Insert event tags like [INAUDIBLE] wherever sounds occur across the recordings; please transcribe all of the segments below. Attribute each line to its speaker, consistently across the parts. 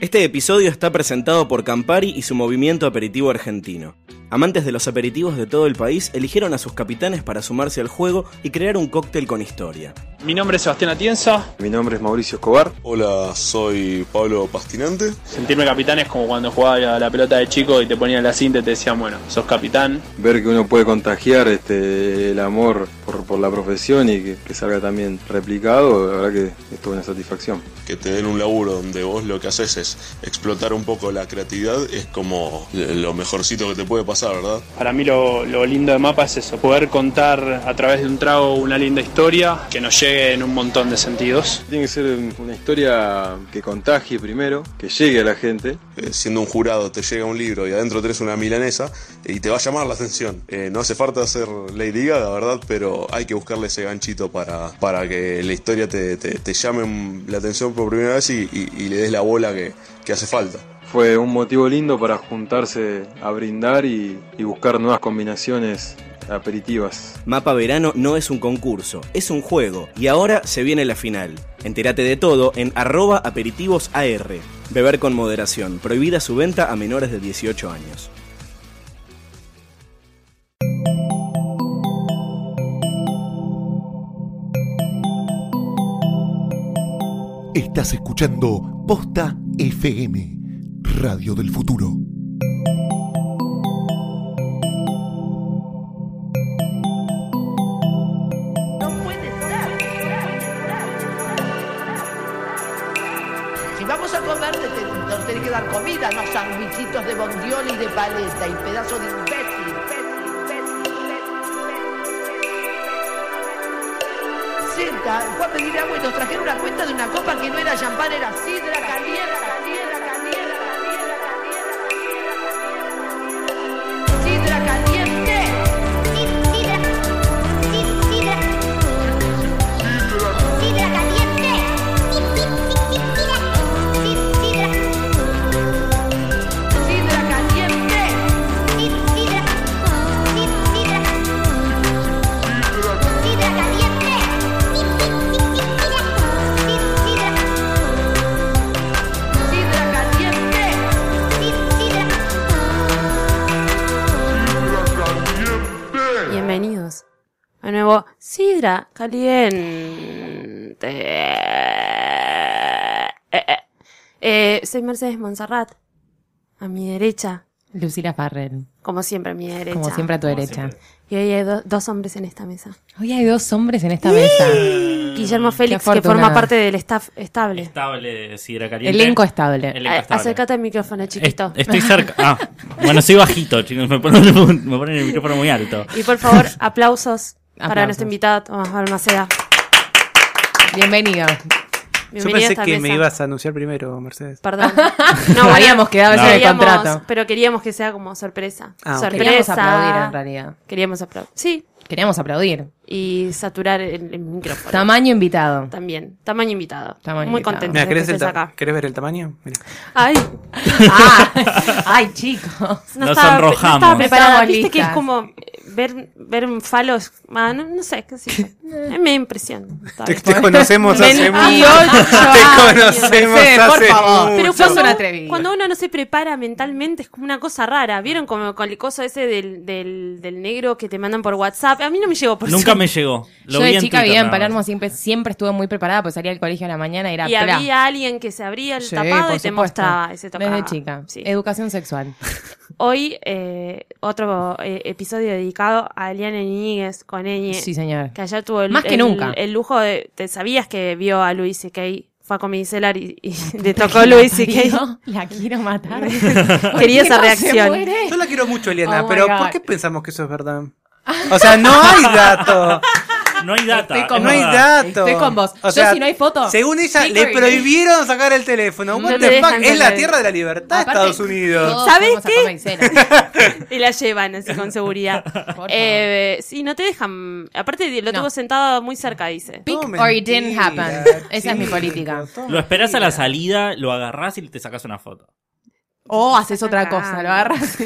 Speaker 1: Este episodio está presentado por Campari y su movimiento aperitivo argentino. Amantes de los aperitivos de todo el país eligieron a sus capitanes para sumarse al juego y crear un cóctel con historia.
Speaker 2: Mi nombre es Sebastián Atienza.
Speaker 3: Mi nombre es Mauricio Escobar.
Speaker 4: Hola, soy Pablo Pastinante.
Speaker 2: Sentirme capitán es como cuando jugaba la, la pelota de chico y te ponían la cinta y te decían, bueno, sos capitán.
Speaker 3: Ver que uno puede contagiar este, el amor por, por la profesión y que, que salga también replicado, la verdad que es toda una satisfacción.
Speaker 4: Que tener un laburo donde vos lo que haces es explotar un poco la creatividad es como lo mejorcito que te puede pasar, ¿verdad?
Speaker 2: Para mí lo, lo lindo de Mapa es eso, poder contar a través de un trago una linda historia que nos llegue en un montón de sentidos.
Speaker 3: Tiene que ser una historia que contagie primero, que llegue a la gente.
Speaker 4: Eh, siendo un jurado te llega un libro y adentro tenés una milanesa y te va a llamar la atención. Eh, no hace falta ser Lady Gaga, ¿verdad? Pero hay que buscarle ese ganchito para, para que la historia te, te, te llame la atención por primera vez y, y, y le des la bola que, que hace falta
Speaker 3: fue un motivo lindo para juntarse a brindar y, y, buscar nuevas combinaciones aperitivas.
Speaker 1: Mapa Verano no es un concurso, es un juego y ahora se viene la final. Entérate de todo en arroba aperitivosAR. Beber con moderación, prohibida su venta a menores de 18 años.
Speaker 5: Estás escuchando Posta FM. Radio del Futuro.
Speaker 6: No puede durar, Si vamos a comer, te, te, nos tenés que dar comida, no sandwichitos de bondiola y de paleta y pedazo de imbécil. Cerca, fue a pedir agua y nos trajeron una cuenta de una copa que no era champán, era sidra caliente, caliente, caliente. caliente. Sidra. Sidra. Sidra caliente. Sidra. Sidra caliente. Sidra. Sidra. Sidra caliente. Sidra caliente.
Speaker 7: Bienvenidos a nuevo Sidra Caliente. Eh, eh. Eh, soy Mercedes Monserrat. A mi derecha,
Speaker 8: Lucila Farrell,
Speaker 7: como siempre a mi derecha.
Speaker 8: como siempre a tu derecha.
Speaker 7: Y hoy hay do- dos hombres en esta mesa.
Speaker 8: Hoy hay dos hombres en esta mesa.
Speaker 9: Mm,
Speaker 7: Guillermo Félix, que
Speaker 8: afortunada.
Speaker 7: forma parte del staff estable.
Speaker 9: Estable de sidra caliente.
Speaker 8: Elenco estable.
Speaker 9: Elenco
Speaker 7: A-
Speaker 9: estable.
Speaker 7: Acércate al micrófono, chiquito.
Speaker 9: Es- estoy cerca. Ah, bueno, soy bajito, chicos. Me ponen, me ponen el micrófono muy alto.
Speaker 7: Y por favor, aplausos para
Speaker 8: Aplausos.
Speaker 7: nuestro invitado Tomás Balmaceda.
Speaker 8: Eh, Bienvenido.
Speaker 10: Yo
Speaker 7: Bienvenido a
Speaker 10: pensé
Speaker 7: esta
Speaker 10: que
Speaker 7: mesa.
Speaker 10: me ibas a anunciar primero, Mercedes.
Speaker 8: [LAUGHS]
Speaker 7: Perdón.
Speaker 8: No, habíamos quedado eso en el
Speaker 7: queríamos-
Speaker 8: contrato.
Speaker 7: Pero queríamos que sea como sorpresa.
Speaker 10: Ah, ok.
Speaker 7: sorpresa.
Speaker 8: Queríamos aplaudir en realidad.
Speaker 7: Queríamos aplaudir. Sí,
Speaker 8: Queríamos aplaudir.
Speaker 7: y saturar el, el micrófono.
Speaker 8: Tamaño invitado.
Speaker 7: También. Tamaño invitado.
Speaker 8: Tamaño
Speaker 7: Muy
Speaker 8: invitado.
Speaker 7: contento
Speaker 10: Mira,
Speaker 7: de que
Speaker 10: ¿querés, el
Speaker 7: estés
Speaker 10: ta-
Speaker 7: acá.
Speaker 10: querés ver el tamaño? Mira.
Speaker 7: Ay,
Speaker 8: Ah, ay, chicos.
Speaker 7: no
Speaker 9: Nos
Speaker 7: estaba, no
Speaker 9: sonrojamos.
Speaker 7: estaba preparada.
Speaker 8: Estamos
Speaker 7: Viste que es
Speaker 8: listas.
Speaker 7: como eh, ver, ver un falo. es- ah, no, no sé, qué sé yo.
Speaker 8: [LAUGHS]
Speaker 7: Eh, Me impresiona.
Speaker 10: Te, te
Speaker 9: [LAUGHS]
Speaker 10: conocemos hace mucho.
Speaker 8: 28
Speaker 10: Te
Speaker 8: años.
Speaker 10: conocemos
Speaker 8: Mercedes, por
Speaker 10: hace
Speaker 8: favor.
Speaker 10: mucho.
Speaker 7: Pero
Speaker 8: Sos
Speaker 7: cuando,
Speaker 8: un atrevido.
Speaker 7: cuando uno no se prepara mentalmente es como una cosa rara. ¿Vieron como con el coso ese del, del, del negro que te mandan por WhatsApp? A mí no me llegó por
Speaker 9: Nunca
Speaker 7: suerte.
Speaker 9: me llegó. Lo
Speaker 8: Yo
Speaker 9: vi
Speaker 8: de
Speaker 9: en
Speaker 8: chica
Speaker 9: Twitter,
Speaker 8: vivía en
Speaker 9: nada más.
Speaker 8: Palermo, siempre, siempre estuve muy preparada, pues salía al colegio a la mañana y era
Speaker 7: Y
Speaker 8: plá.
Speaker 7: había alguien que se abría el
Speaker 8: Sí,
Speaker 7: tapado
Speaker 8: por
Speaker 7: y te
Speaker 8: supuesto.
Speaker 7: mostraba ese tocaba.
Speaker 8: Desde chica.
Speaker 7: Sí.
Speaker 8: Educación sexual.
Speaker 7: Hoy, eh, otro eh, episodio dedicado a Eliane Níguez con Eñe.
Speaker 8: Sí, señor.
Speaker 7: Que allá tuvo el,
Speaker 8: Más que
Speaker 7: el-
Speaker 8: nunca.
Speaker 7: el lujo de. ¿Te sabías que vio a Luis C.K.? Fue a Comicelar y,
Speaker 8: [LAUGHS]
Speaker 7: y le tocó Luis C.K.
Speaker 8: Parió, La quiero
Speaker 7: [LAUGHS]
Speaker 8: matar.
Speaker 7: Quería esa
Speaker 8: ¿Por qué no se
Speaker 7: reacción.
Speaker 8: muere?
Speaker 10: Yo la quiero mucho, Eliana,
Speaker 8: Oh my
Speaker 10: pero
Speaker 8: God.
Speaker 10: ¿por qué pensamos que eso es verdad? O sea, no hay dato.
Speaker 9: No hay data.
Speaker 8: Estoy con-
Speaker 9: es
Speaker 10: No hay
Speaker 9: verdad.
Speaker 10: dato.
Speaker 8: Estoy con vos.
Speaker 10: O
Speaker 8: Yo,
Speaker 10: sea,
Speaker 8: si no hay foto,
Speaker 10: Según ella,
Speaker 8: clic
Speaker 10: le
Speaker 8: y-
Speaker 10: prohibieron sacar el teléfono. What
Speaker 7: te
Speaker 10: the
Speaker 7: dejan
Speaker 10: fuck? Es la
Speaker 7: sacar.
Speaker 10: tierra de la libertad,
Speaker 8: Aparte,
Speaker 10: Estados Unidos.
Speaker 8: todos
Speaker 7: ¿Sabés
Speaker 8: fuimos a
Speaker 7: qué?
Speaker 8: Coma y
Speaker 10: [LAUGHS]
Speaker 8: Cena.
Speaker 7: Y la llevan así con seguridad.
Speaker 8: [LAUGHS] favor.
Speaker 7: eh, sí, no te dejan. Aparte, lo
Speaker 8: No.
Speaker 7: tuvo sentado muy cerca, dice.
Speaker 8: Pick
Speaker 10: Todo
Speaker 8: or it didn't
Speaker 10: mentira,
Speaker 8: happen. Esa es mi
Speaker 10: chico,
Speaker 8: política.
Speaker 10: todo
Speaker 9: Lo esperás a la
Speaker 10: mentira.
Speaker 9: salida, lo agarrás y te sacas una foto.
Speaker 8: O haces otra
Speaker 7: sacando.
Speaker 8: cosa, lo agarras.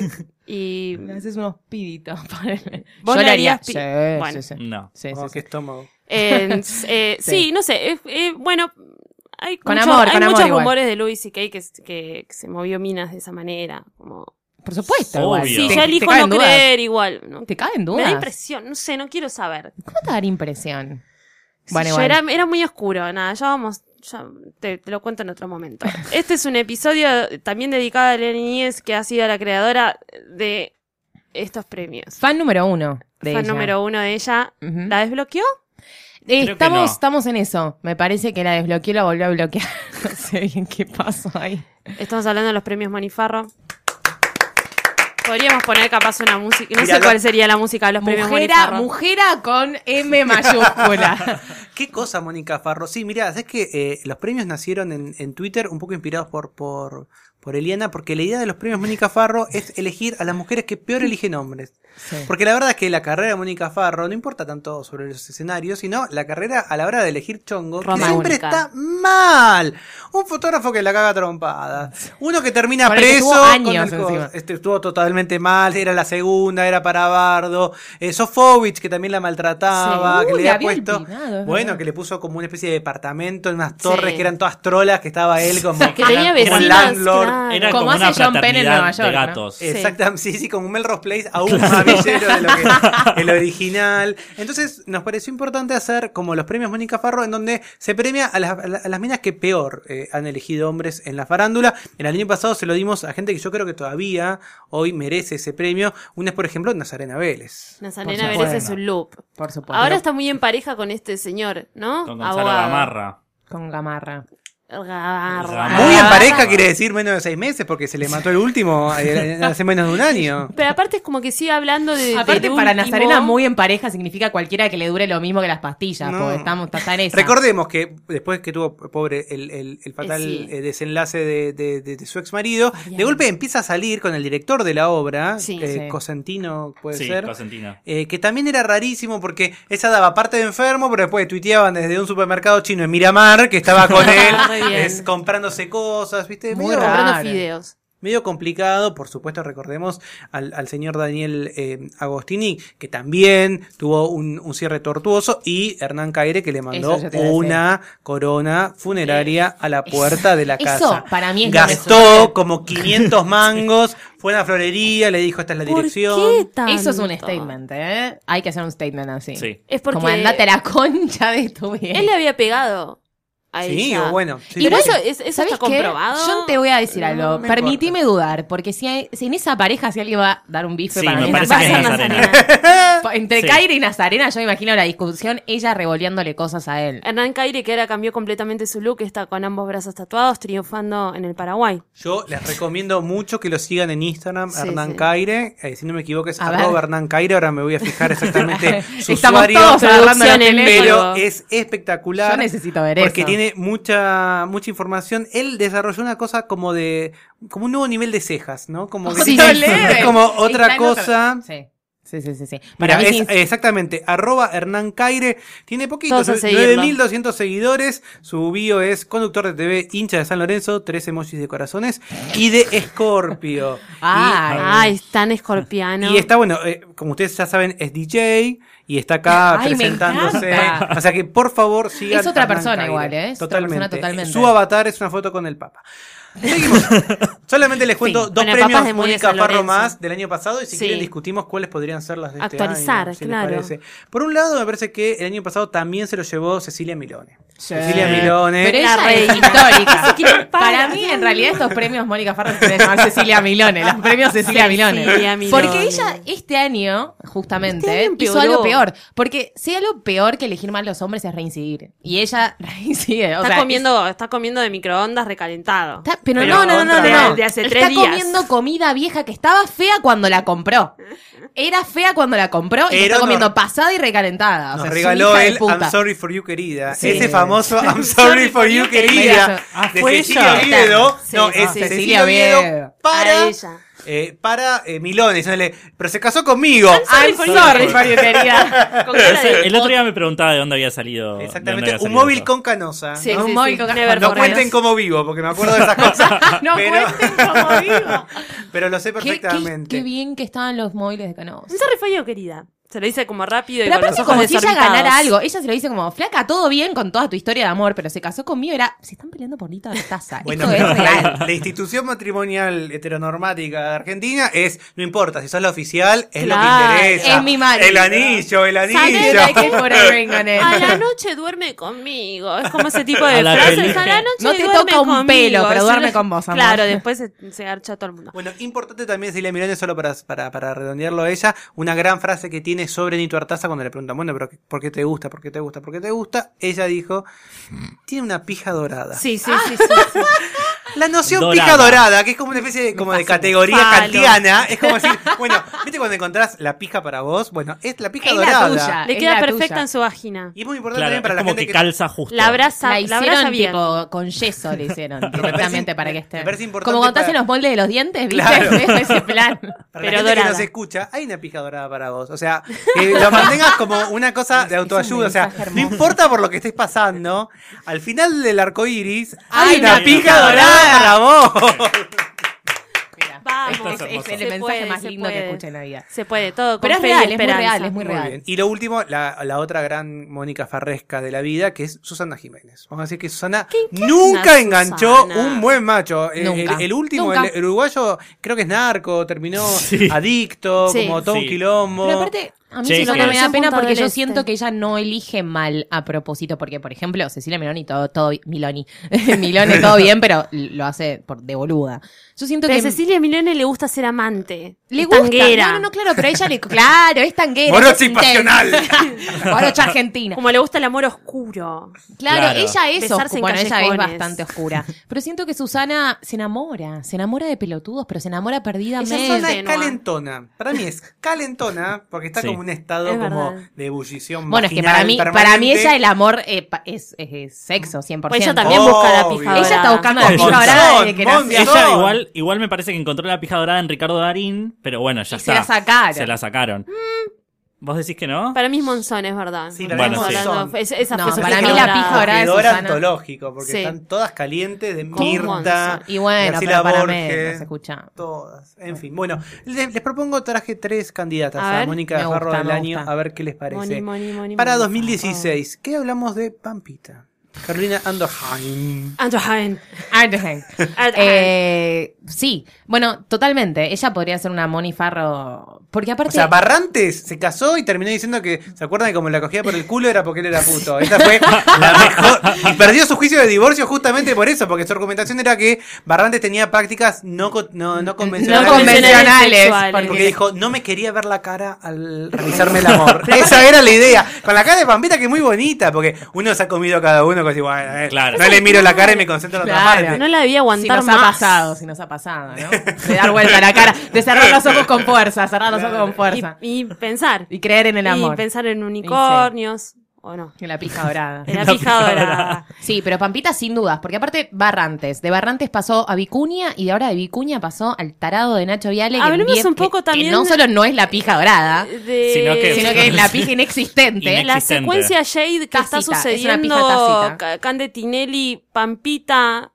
Speaker 7: Y.
Speaker 8: Le haces unos piditos. [LAUGHS] ponele.
Speaker 7: ¿Vos
Speaker 8: Yo
Speaker 7: le
Speaker 8: lo haría.
Speaker 7: harías pi-
Speaker 8: Sí,
Speaker 7: Bueno.
Speaker 8: sí, sí.
Speaker 9: No.
Speaker 8: Sí, sí,
Speaker 10: Oh,
Speaker 8: sí. [LAUGHS]
Speaker 10: qué estómago.
Speaker 7: eh, eh, sí.
Speaker 8: Sí.
Speaker 7: no sé. eh, eh, bueno, hay,
Speaker 8: Con
Speaker 7: mucho-
Speaker 8: amor,
Speaker 7: hay
Speaker 8: con amor
Speaker 7: muchos
Speaker 8: igual.
Speaker 7: rumores de Louis C.K. que, s- que, que se movió Minas de esa manera. Como...
Speaker 8: Por supuesto.
Speaker 9: Obvio.
Speaker 8: igual.
Speaker 7: Sí,
Speaker 9: Te-
Speaker 7: yo
Speaker 8: te
Speaker 7: elijo
Speaker 8: caen
Speaker 7: no
Speaker 8: dudas.
Speaker 7: creer igual. ¿no?
Speaker 8: Te caen
Speaker 7: Me
Speaker 8: dudas.
Speaker 7: da impresión, no sé, no quiero saber.
Speaker 8: ¿Cómo te dar impresión?
Speaker 7: Sí,
Speaker 8: Bueno,
Speaker 7: yo
Speaker 8: igual.
Speaker 7: era, era muy oscuro, nada, ya vamos, ya te, te lo cuento en otro
Speaker 8: [LAUGHS]
Speaker 7: momento. Este es un episodio también dedicado a Elena Niñez, que ha sido la creadora de estos premios.
Speaker 8: Fan número uno de
Speaker 7: Fan
Speaker 8: ella.
Speaker 7: número uno de ella.
Speaker 8: Ujú.
Speaker 7: ¿La desbloqueó?
Speaker 8: Eh,
Speaker 9: Creo que
Speaker 8: estamos,
Speaker 9: no.
Speaker 8: estamos en eso. Me parece que la desbloqueó y la volvió a bloquear. [LAUGHS] No sé bien qué pasó ahí.
Speaker 7: Estamos hablando de los premios Manifarro. Podríamos poner capaz una música. No sé
Speaker 10: Míralo.
Speaker 7: cuál sería la música de los premios
Speaker 8: Mujera,
Speaker 7: Manifarro.
Speaker 8: mujera con M
Speaker 10: [LAUGHS]
Speaker 8: mayúscula.
Speaker 10: ¿Qué cosa, Mónica Farro? Sí, mirá, es que eh, los premios nacieron en, en Twitter un poco inspirados por, por, por Eliana, porque la idea de los premios Mónica Farro es elegir a las mujeres que peor eligen hombres.
Speaker 8: Sí.
Speaker 10: Porque la verdad es que la carrera de Mónica Farro no importa tanto sobre los escenarios, sino la carrera a la hora de elegir chongo, que
Speaker 7: Romántica.
Speaker 10: siempre está mal. Un fotógrafo que la caga trompada. Uno que termina
Speaker 8: Con el que
Speaker 10: preso.
Speaker 8: estuvo
Speaker 10: con
Speaker 8: años
Speaker 10: el co-
Speaker 8: encima.
Speaker 10: este, estuvo totalmente mal, era la segunda, era para Bardo. Eh, Sofovich, que también la maltrataba,
Speaker 8: Sí.
Speaker 10: que
Speaker 8: Uy,
Speaker 10: le
Speaker 8: la
Speaker 10: había
Speaker 8: había
Speaker 10: puesto.
Speaker 8: empinado, es
Speaker 10: bueno,
Speaker 8: verdad.
Speaker 10: que le puso como una especie de departamento en unas torres que eran todas trolas, que estaba él como.
Speaker 7: Que tenía
Speaker 9: Como
Speaker 10: como
Speaker 7: vecinas.
Speaker 10: landlord.
Speaker 7: claro.
Speaker 9: Era
Speaker 8: Como
Speaker 9: como una
Speaker 8: hace John Penn en Nueva
Speaker 9: fraternidad
Speaker 8: York,
Speaker 9: de
Speaker 8: ¿no?
Speaker 9: gatos.
Speaker 7: Eh,
Speaker 10: Exactamente, sí, sí, como un Melrose Place aún más villero de lo que era [LAUGHS] el original. Entonces nos pareció importante hacer como los premios Mónica Farro, en donde se premia a las, a la- a las minas que peor eh, han elegido hombres en la farándula. En el año pasado se lo dimos a gente que yo creo que todavía hoy merece ese premio. Una es, por ejemplo, Nazarena Vélez.
Speaker 7: Nazarena
Speaker 8: Por
Speaker 7: Vélez es
Speaker 8: supuesto.
Speaker 7: un loop.
Speaker 8: Por supuesto.
Speaker 7: Ahora está muy en pareja con este señor, ¿no?
Speaker 9: Con Gonzalo
Speaker 7: Abogado.
Speaker 9: Gamarra.
Speaker 8: Con Gamarra.
Speaker 7: Gamarra.
Speaker 9: Gamarra.
Speaker 10: Muy en
Speaker 9: Ah.
Speaker 10: pareja quiere decir menos de seis meses porque se le mató el último eh, [LAUGHS] hace menos de un año.
Speaker 7: Pero aparte es como que sigue hablando de.
Speaker 8: Aparte,
Speaker 7: del
Speaker 8: para
Speaker 7: último.
Speaker 8: Nazarena, muy en pareja significa cualquiera que le dure lo mismo que las pastillas.
Speaker 10: No.
Speaker 8: Porque estamos hasta en esa.
Speaker 10: Recordemos que después que tuvo, pobre, el, el- el fatal
Speaker 7: Eh, sí.
Speaker 10: eh, desenlace de, de- de- de su ex marido,
Speaker 7: Mariano.
Speaker 10: de golpe empieza a salir con el director de la obra,
Speaker 7: Sí.
Speaker 10: eh,
Speaker 8: Sí.
Speaker 10: Cosentino puede
Speaker 9: Sí,
Speaker 10: ser.
Speaker 9: Cosentino.
Speaker 10: eh, que también era rarísimo porque esa daba parte de enfermo, pero después tuiteaban desde un supermercado chino en Miramar que estaba
Speaker 7: [LAUGHS]
Speaker 10: con
Speaker 7: Ah, Re
Speaker 10: él
Speaker 7: bien.
Speaker 10: es, comprándose cosas, ¿viste?
Speaker 8: Muy
Speaker 10: Medio-
Speaker 8: raro.
Speaker 7: Comprando
Speaker 8: Claro.
Speaker 7: fideos.
Speaker 10: Medio complicado, por supuesto, recordemos al, al señor Daniel eh, Agostini, que también tuvo un, un cierre tortuoso, y Hernán Caire, que le mandó
Speaker 8: Eso yo te iba a decir.
Speaker 10: una corona funeraria a la puerta de la
Speaker 8: eso,
Speaker 10: casa.
Speaker 8: para mí es lo
Speaker 10: Gastó
Speaker 8: [LAUGHS]
Speaker 10: como 500 mangos, fue a una florería, le dijo, esta es la dirección.
Speaker 7: ¿Por qué tanto?
Speaker 8: Eso es un statement, ¿eh? Hay que hacer un statement así.
Speaker 9: Sí.
Speaker 7: Es porque
Speaker 8: Como andate a la concha de tu vida.
Speaker 7: él le había pegado a
Speaker 10: Sí,
Speaker 7: ella.
Speaker 10: o bueno. sí,
Speaker 7: y
Speaker 10: sí,
Speaker 7: por
Speaker 10: sí.
Speaker 7: eso, es- eso
Speaker 8: ¿Sabés
Speaker 7: está
Speaker 8: qué?
Speaker 7: comprobado.
Speaker 8: Yo te voy a decir algo.
Speaker 10: me
Speaker 8: Permitime dudar, porque si, hay- si en esa pareja si alguien va a dar un bife
Speaker 9: Sí,
Speaker 8: para
Speaker 9: me
Speaker 8: mí es
Speaker 9: parece que es
Speaker 8: Nazarena.
Speaker 9: Nazarena.
Speaker 10: [LAUGHS]
Speaker 8: Entre
Speaker 9: Sí.
Speaker 8: Kaira y Nazarena, yo me imagino la discusión, ella revolviéndole cosas a él.
Speaker 7: Hernán Caire, que ahora cambió completamente su look, está con ambos brazos tatuados, triunfando en el Paraguay.
Speaker 10: Yo les recomiendo mucho que lo sigan en Instagram,
Speaker 7: Sí,
Speaker 10: Hernán
Speaker 7: sí.
Speaker 10: Caire. Eh, si no me equivoco, es
Speaker 8: A ver.
Speaker 10: arroba Hernán Caire. Ahora me voy a
Speaker 8: [LAUGHS]
Speaker 10: fijar exactamente su
Speaker 8: Estamos
Speaker 10: usuario.
Speaker 8: todos agarrando los
Speaker 7: Producción en
Speaker 8: teléfonos.
Speaker 10: Pero
Speaker 7: Pero-
Speaker 10: es espectacular.
Speaker 8: Yo necesito ver
Speaker 10: Porque
Speaker 8: eso.
Speaker 10: tiene mucha, mucha información. Él desarrolló una cosa como de. como un nuevo nivel de cejas, ¿no? Como que-
Speaker 8: Sí, sí, sí.
Speaker 10: es como otra
Speaker 8: Está en otro-
Speaker 10: cosa.
Speaker 8: Sí. Sí, sí, sí, sí.
Speaker 10: Mira,
Speaker 8: Para mí
Speaker 10: es-
Speaker 8: sí-
Speaker 10: exactamente, arroba Hernán Caire, tiene poquitos,
Speaker 7: Todos a seguirlo.
Speaker 10: 9200 seguidores, su bio es conductor de TV, hincha de San Lorenzo, tres emojis de corazones y de
Speaker 8: [LAUGHS]
Speaker 10: Escorpio.
Speaker 8: Ah,
Speaker 7: Ay, es tan escorpiano.
Speaker 10: Y está, bueno, eh, como ustedes ya saben, es DJ y está acá
Speaker 8: Ay, me
Speaker 10: presentándose.
Speaker 8: encanta.
Speaker 10: O sea que por favor sigan.
Speaker 8: Es otra
Speaker 10: Hernán
Speaker 8: persona
Speaker 10: Caire.
Speaker 8: igual, ¿eh? Es otra
Speaker 10: Totalmente.
Speaker 8: persona totalmente.
Speaker 10: Su avatar es una foto con el Papa.
Speaker 9: [LAUGHS]
Speaker 10: Seguimos. Solamente les cuento
Speaker 7: Fin.
Speaker 10: dos
Speaker 7: Con el
Speaker 10: premios
Speaker 7: Papa de Muy de
Speaker 10: Mónica
Speaker 7: San
Speaker 10: Farro
Speaker 7: Lorenzo.
Speaker 10: más del año pasado y si
Speaker 7: Sí.
Speaker 10: quieren discutimos cuáles podrían ser las de este
Speaker 7: Actualizar,
Speaker 10: año, si les
Speaker 7: claro.
Speaker 10: parece. Por un lado, me parece que el año pasado también se lo llevó Cecilia Milone. Cecilia
Speaker 9: Sí.
Speaker 10: Milone.
Speaker 8: Pero ella
Speaker 7: La
Speaker 8: es
Speaker 7: reina. [LAUGHS] Eso quiero
Speaker 8: histórica.
Speaker 7: parar.
Speaker 8: Para mí, en realidad, estos premios Mónica Farro se pueden llamar Cecilia Milone. Los premios Cecilia Milone.
Speaker 7: Cecilia Milone.
Speaker 8: Porque ella, este año,
Speaker 7: Este
Speaker 8: justamente,
Speaker 7: año
Speaker 8: hizo
Speaker 7: empeoró.
Speaker 8: algo peor. Porque si algo peor que elegir mal los hombres es reincidir. Y ella [LAUGHS] reincide. O
Speaker 7: Está
Speaker 8: sea,
Speaker 7: comiendo, está comiendo de microondas recalentado.
Speaker 8: está- pero,
Speaker 10: Pero
Speaker 8: no, no, no, no,
Speaker 10: contra-
Speaker 8: no.
Speaker 7: de hace tres
Speaker 8: está
Speaker 7: días.
Speaker 8: comiendo comida vieja que estaba fea cuando la compró. Era fea cuando la compró y
Speaker 10: Pero
Speaker 8: está
Speaker 10: nos-
Speaker 8: comiendo pasada y recalentada. O
Speaker 10: Nos
Speaker 8: sea, es una
Speaker 10: regaló
Speaker 8: hija de
Speaker 10: el
Speaker 8: puta.
Speaker 10: I'm sorry for you, querida.
Speaker 8: Sí.
Speaker 10: Ese famoso
Speaker 8: [LAUGHS]
Speaker 10: I'm sorry for you, querida.
Speaker 9: Ah,
Speaker 10: De
Speaker 9: ¿fue ella?
Speaker 10: Cecilia Oviedo.
Speaker 7: Sí,
Speaker 10: no,
Speaker 7: sí,
Speaker 10: es
Speaker 7: sí.
Speaker 10: Cecilia
Speaker 8: Cecilia
Speaker 10: Oviedo
Speaker 8: Oviedo.
Speaker 10: para,
Speaker 7: A ella.
Speaker 10: eh, para eh, Milone. diciéndole, pero se casó conmigo.
Speaker 8: I'm sorry for you, querida.
Speaker 7: Con cara de
Speaker 9: El otro día me preguntaba de dónde había salido. de dónde
Speaker 10: Exactamente,
Speaker 9: había
Speaker 10: un
Speaker 9: salido
Speaker 10: móvil
Speaker 9: eso.
Speaker 10: con canosa.
Speaker 7: Sí,
Speaker 10: ¿no?
Speaker 7: sí,
Speaker 8: móvil
Speaker 7: sí.
Speaker 8: con
Speaker 7: Never
Speaker 10: No
Speaker 7: forget.
Speaker 10: cuenten cómo vivo, porque me acuerdo de esas cosas.
Speaker 8: [LAUGHS] No
Speaker 10: pero,
Speaker 8: cuenten cómo vivo.
Speaker 10: [LAUGHS] pero lo sé
Speaker 8: Qué, qué-
Speaker 10: perfectamente.
Speaker 8: qué bien que estaban los móviles de Canosa.
Speaker 7: Un sorry for you, querida. Se lo dice como rápido y
Speaker 8: Pero
Speaker 7: con los
Speaker 8: aparte,
Speaker 7: ojos
Speaker 8: como si ella
Speaker 7: desorbitados.
Speaker 8: ganara algo, ella se lo dice como, flaca, todo bien con toda tu historia de amor, pero se casó conmigo, era, se están peleando por Lito de taza.
Speaker 10: Bueno,
Speaker 8: Esto
Speaker 10: pero
Speaker 8: es real.
Speaker 10: la, la institución matrimonial heteronormática de Argentina es, no importa, si sos la oficial, es lo
Speaker 8: Claro,
Speaker 10: que interesa.
Speaker 8: es mi marido.
Speaker 10: El anillo, el anillo.
Speaker 7: Sané de que
Speaker 8: Put a ring on it. [LAUGHS]
Speaker 7: A la noche duerme conmigo. Es como ese tipo
Speaker 10: A
Speaker 7: de
Speaker 10: la
Speaker 7: frases.
Speaker 10: película.
Speaker 7: A la noche
Speaker 8: No te
Speaker 7: duerme
Speaker 8: toca un
Speaker 7: conmigo.
Speaker 8: pelo, pero
Speaker 7: Es
Speaker 8: duerme
Speaker 7: una-
Speaker 8: con vos, amor.
Speaker 7: Claro, después se, se garcha a todo el mundo.
Speaker 10: Bueno, importante también, Silvia Mirones, solo para, para, para redondearlo a ella, una gran frase que tiene sobre Nito Artaza cuando le preguntan, bueno, pero ¿por qué te gusta? ¿Por qué te gusta? ¿Por qué te gusta? Ella dijo, tiene una pija dorada.
Speaker 7: Sí, sí, sí, sí, sí.
Speaker 10: [LAUGHS] La noción
Speaker 6: Dorada.
Speaker 10: pija dorada, que es como una especie de, como de categoría
Speaker 6: palo.
Speaker 10: kantiana, es como decir, bueno, ¿viste cuando encontrás la pija para vos? Bueno, es la pija
Speaker 7: Es la
Speaker 10: dorada.
Speaker 7: tuya, Le es queda la perfecta tuya. en su vagina.
Speaker 10: Y es muy importante
Speaker 9: Claro,
Speaker 10: también para
Speaker 9: es
Speaker 10: la
Speaker 9: como
Speaker 10: gente
Speaker 9: que calza justo.
Speaker 7: La abraza,
Speaker 8: La
Speaker 7: la
Speaker 8: hicieron
Speaker 7: abraza bien.
Speaker 8: tipo con yeso le
Speaker 10: [LAUGHS]
Speaker 8: hicieron directamente para que esté.
Speaker 10: parece importante
Speaker 8: Como cuando te hacen
Speaker 10: para-
Speaker 8: los moldes de los dientes, ¿viste?
Speaker 10: Claro.
Speaker 8: [LAUGHS] Ese plan.
Speaker 10: Para la gente que nos escucha, hay una pija dorada para vos. O sea, que lo mantengas como una cosa de autoayuda. O sea, no importa por lo que estés pasando, al final del arco iris, hay, una, pija, dorada para vos.
Speaker 8: Es-
Speaker 7: Vamos,
Speaker 8: es el
Speaker 7: se
Speaker 8: mensaje
Speaker 7: puede,
Speaker 8: más
Speaker 7: se
Speaker 8: lindo que
Speaker 7: puede.
Speaker 8: escuché en la vida.
Speaker 7: Se puede, todo.
Speaker 8: Pero
Speaker 7: con
Speaker 8: es
Speaker 7: fe y
Speaker 8: real, es muy
Speaker 7: esperanza.
Speaker 8: real, es muy real.
Speaker 10: Y lo último, la, la otra gran Mónica Farresca de la vida, que es Susana Jiménez. Vamos a decir que Susana nunca
Speaker 6: Susana?
Speaker 10: enganchó un buen macho. El,
Speaker 6: Nunca.
Speaker 10: el- el último,
Speaker 6: Nunca.
Speaker 10: el, el uruguayo, creo que es narco, terminó adicto,
Speaker 8: Sí.
Speaker 10: como todo un
Speaker 8: Sí.
Speaker 10: quilombo.
Speaker 8: Pero aparte, a mí
Speaker 10: Che,
Speaker 8: Susana
Speaker 10: que-
Speaker 8: me da pena
Speaker 7: Punta
Speaker 8: porque
Speaker 7: del
Speaker 8: yo
Speaker 7: Este.
Speaker 8: siento que ella no elige mal a propósito, porque por ejemplo, Cecilia Meloni, todo, todo, Miloni, [LAUGHS] Milone, todo bien, pero lo hace por, de boluda. Yo siento
Speaker 7: Pero
Speaker 8: que...
Speaker 7: a Cecilia Milone le gusta ser amante.
Speaker 8: Le
Speaker 7: Es
Speaker 8: gusta.
Speaker 7: tanguera.
Speaker 8: No, no, no, claro, pero a ella le. Claro, es tanguera.
Speaker 7: Morocha
Speaker 8: es
Speaker 7: y
Speaker 8: intensa.
Speaker 7: pasional.
Speaker 8: [LAUGHS] Morocha argentina.
Speaker 7: Como le gusta el amor oscuro.
Speaker 8: Claro, ella es
Speaker 7: Besarse
Speaker 8: oscu-
Speaker 7: en
Speaker 8: bueno, ella es
Speaker 7: callejones.
Speaker 8: bastante oscura. [LAUGHS] Pero siento que Susana se enamora, se enamora de pelotudos, pero se enamora perdidamente.
Speaker 10: Susana es calentona. Para mí es calentona porque está
Speaker 8: Sí.
Speaker 10: como un estado
Speaker 8: Es
Speaker 10: como
Speaker 8: verdad.
Speaker 10: de ebullición.
Speaker 8: Bueno, es que
Speaker 10: vaginal
Speaker 8: para mí,
Speaker 10: permanente.
Speaker 8: para mí ella el amor eh, pa- es, es- es sexo, 100%.
Speaker 7: Pues ella también busca la pija
Speaker 8: Ella está
Speaker 7: dorada.
Speaker 8: buscando la pija
Speaker 9: Monzón,
Speaker 8: dorada desde que
Speaker 9: Monzón.
Speaker 8: nació.
Speaker 9: Ella igual, igual me parece que encontró la pija dorada en Ricardo Darín, pero bueno, ya
Speaker 8: Y
Speaker 9: está.
Speaker 8: se la sacaron.
Speaker 9: Se la sacaron. ¿Vos decís que no?
Speaker 7: Para mí es Monzón, es
Speaker 9: para
Speaker 7: verdad.
Speaker 9: mí
Speaker 7: Estamos
Speaker 9: es Monzón.
Speaker 7: hablando- es- esa
Speaker 8: No,
Speaker 7: fue su
Speaker 8: para mí
Speaker 7: pija
Speaker 8: la
Speaker 7: dorada.
Speaker 8: pija dorada es
Speaker 10: Ahora
Speaker 8: Susana.
Speaker 10: antológico, porque
Speaker 7: Sí.
Speaker 10: están todas calientes de
Speaker 8: Con
Speaker 10: Mirta.
Speaker 8: Monzón. Y bueno,
Speaker 10: Graciela
Speaker 8: pero para
Speaker 10: Borges,
Speaker 8: menos, escucha.
Speaker 10: Todas. En fin, bueno, les, les propongo, traje tres candidatas
Speaker 8: A
Speaker 10: a,
Speaker 8: ver.
Speaker 10: Mónica
Speaker 8: Me
Speaker 10: Garro
Speaker 8: gusta,
Speaker 10: del
Speaker 8: me
Speaker 10: año,
Speaker 8: gusta.
Speaker 10: a ver qué les parece.
Speaker 8: Moni, Moni, Moni,
Speaker 10: Para
Speaker 8: Moni,
Speaker 10: 2016, ¿qué hablamos de Pampita? Carolina Andorheim.
Speaker 7: Andorheim.
Speaker 8: Andorheim. Eh, sí, bueno, totalmente. Ella podría ser una Moni Farro. Porque aparte.
Speaker 10: O sea, Barrantes se casó y terminó diciendo que, ¿se acuerdan que como la cogía por el culo era porque él era puto? Esa fue la mejor. Y perdió su juicio de divorcio justamente por eso, porque su argumentación era que Barrantes tenía prácticas no, co- no, no convencionales.
Speaker 8: No convencionales, sexuales.
Speaker 10: Porque...
Speaker 8: porque-
Speaker 10: dijo, no me quería ver la cara al
Speaker 8: [LAUGHS]
Speaker 10: realizarme el amor. Esa era la idea. Con la cara de Pampita que es muy bonita, porque uno se ha comido cada uno, que bueno, eh, no le miro la cara y me concentro en otra parte.
Speaker 7: No la debía aguantar
Speaker 8: si nos ha
Speaker 7: más.
Speaker 8: pasado, si nos ha pasado, [LAUGHS] ¿no? De dar vuelta a la cara, de cerrar los ojos con fuerza, cerrar los ojos con fuerza.
Speaker 7: Y, y pensar.
Speaker 8: Y creer en el amor.
Speaker 7: Y pensar en unicornios.
Speaker 8: [LAUGHS]
Speaker 7: ¿O no?
Speaker 8: En la pija dorada.
Speaker 7: En la pija dorada.
Speaker 8: Sí, pero Pampita sin dudas, porque aparte Barrantes, de Barrantes pasó a Vicuña y de ahora de Vicuña pasó al tarado de Nacho Viale. que
Speaker 7: Hablemos
Speaker 8: bien-
Speaker 7: un
Speaker 8: que-
Speaker 7: poco
Speaker 8: que
Speaker 7: también Eh,
Speaker 8: no solo no es la pija
Speaker 9: Ah,
Speaker 8: dorada,
Speaker 7: de- Sino que-
Speaker 8: sino que es
Speaker 9: [LAUGHS]
Speaker 8: la
Speaker 7: [LAUGHS]
Speaker 8: pija inexistente.
Speaker 7: La secuencia Shade que
Speaker 8: Tacita,
Speaker 7: está
Speaker 8: es una pija
Speaker 7: sucediendo,
Speaker 8: tacita.
Speaker 7: Ca- Cande Tinelli, Pampita,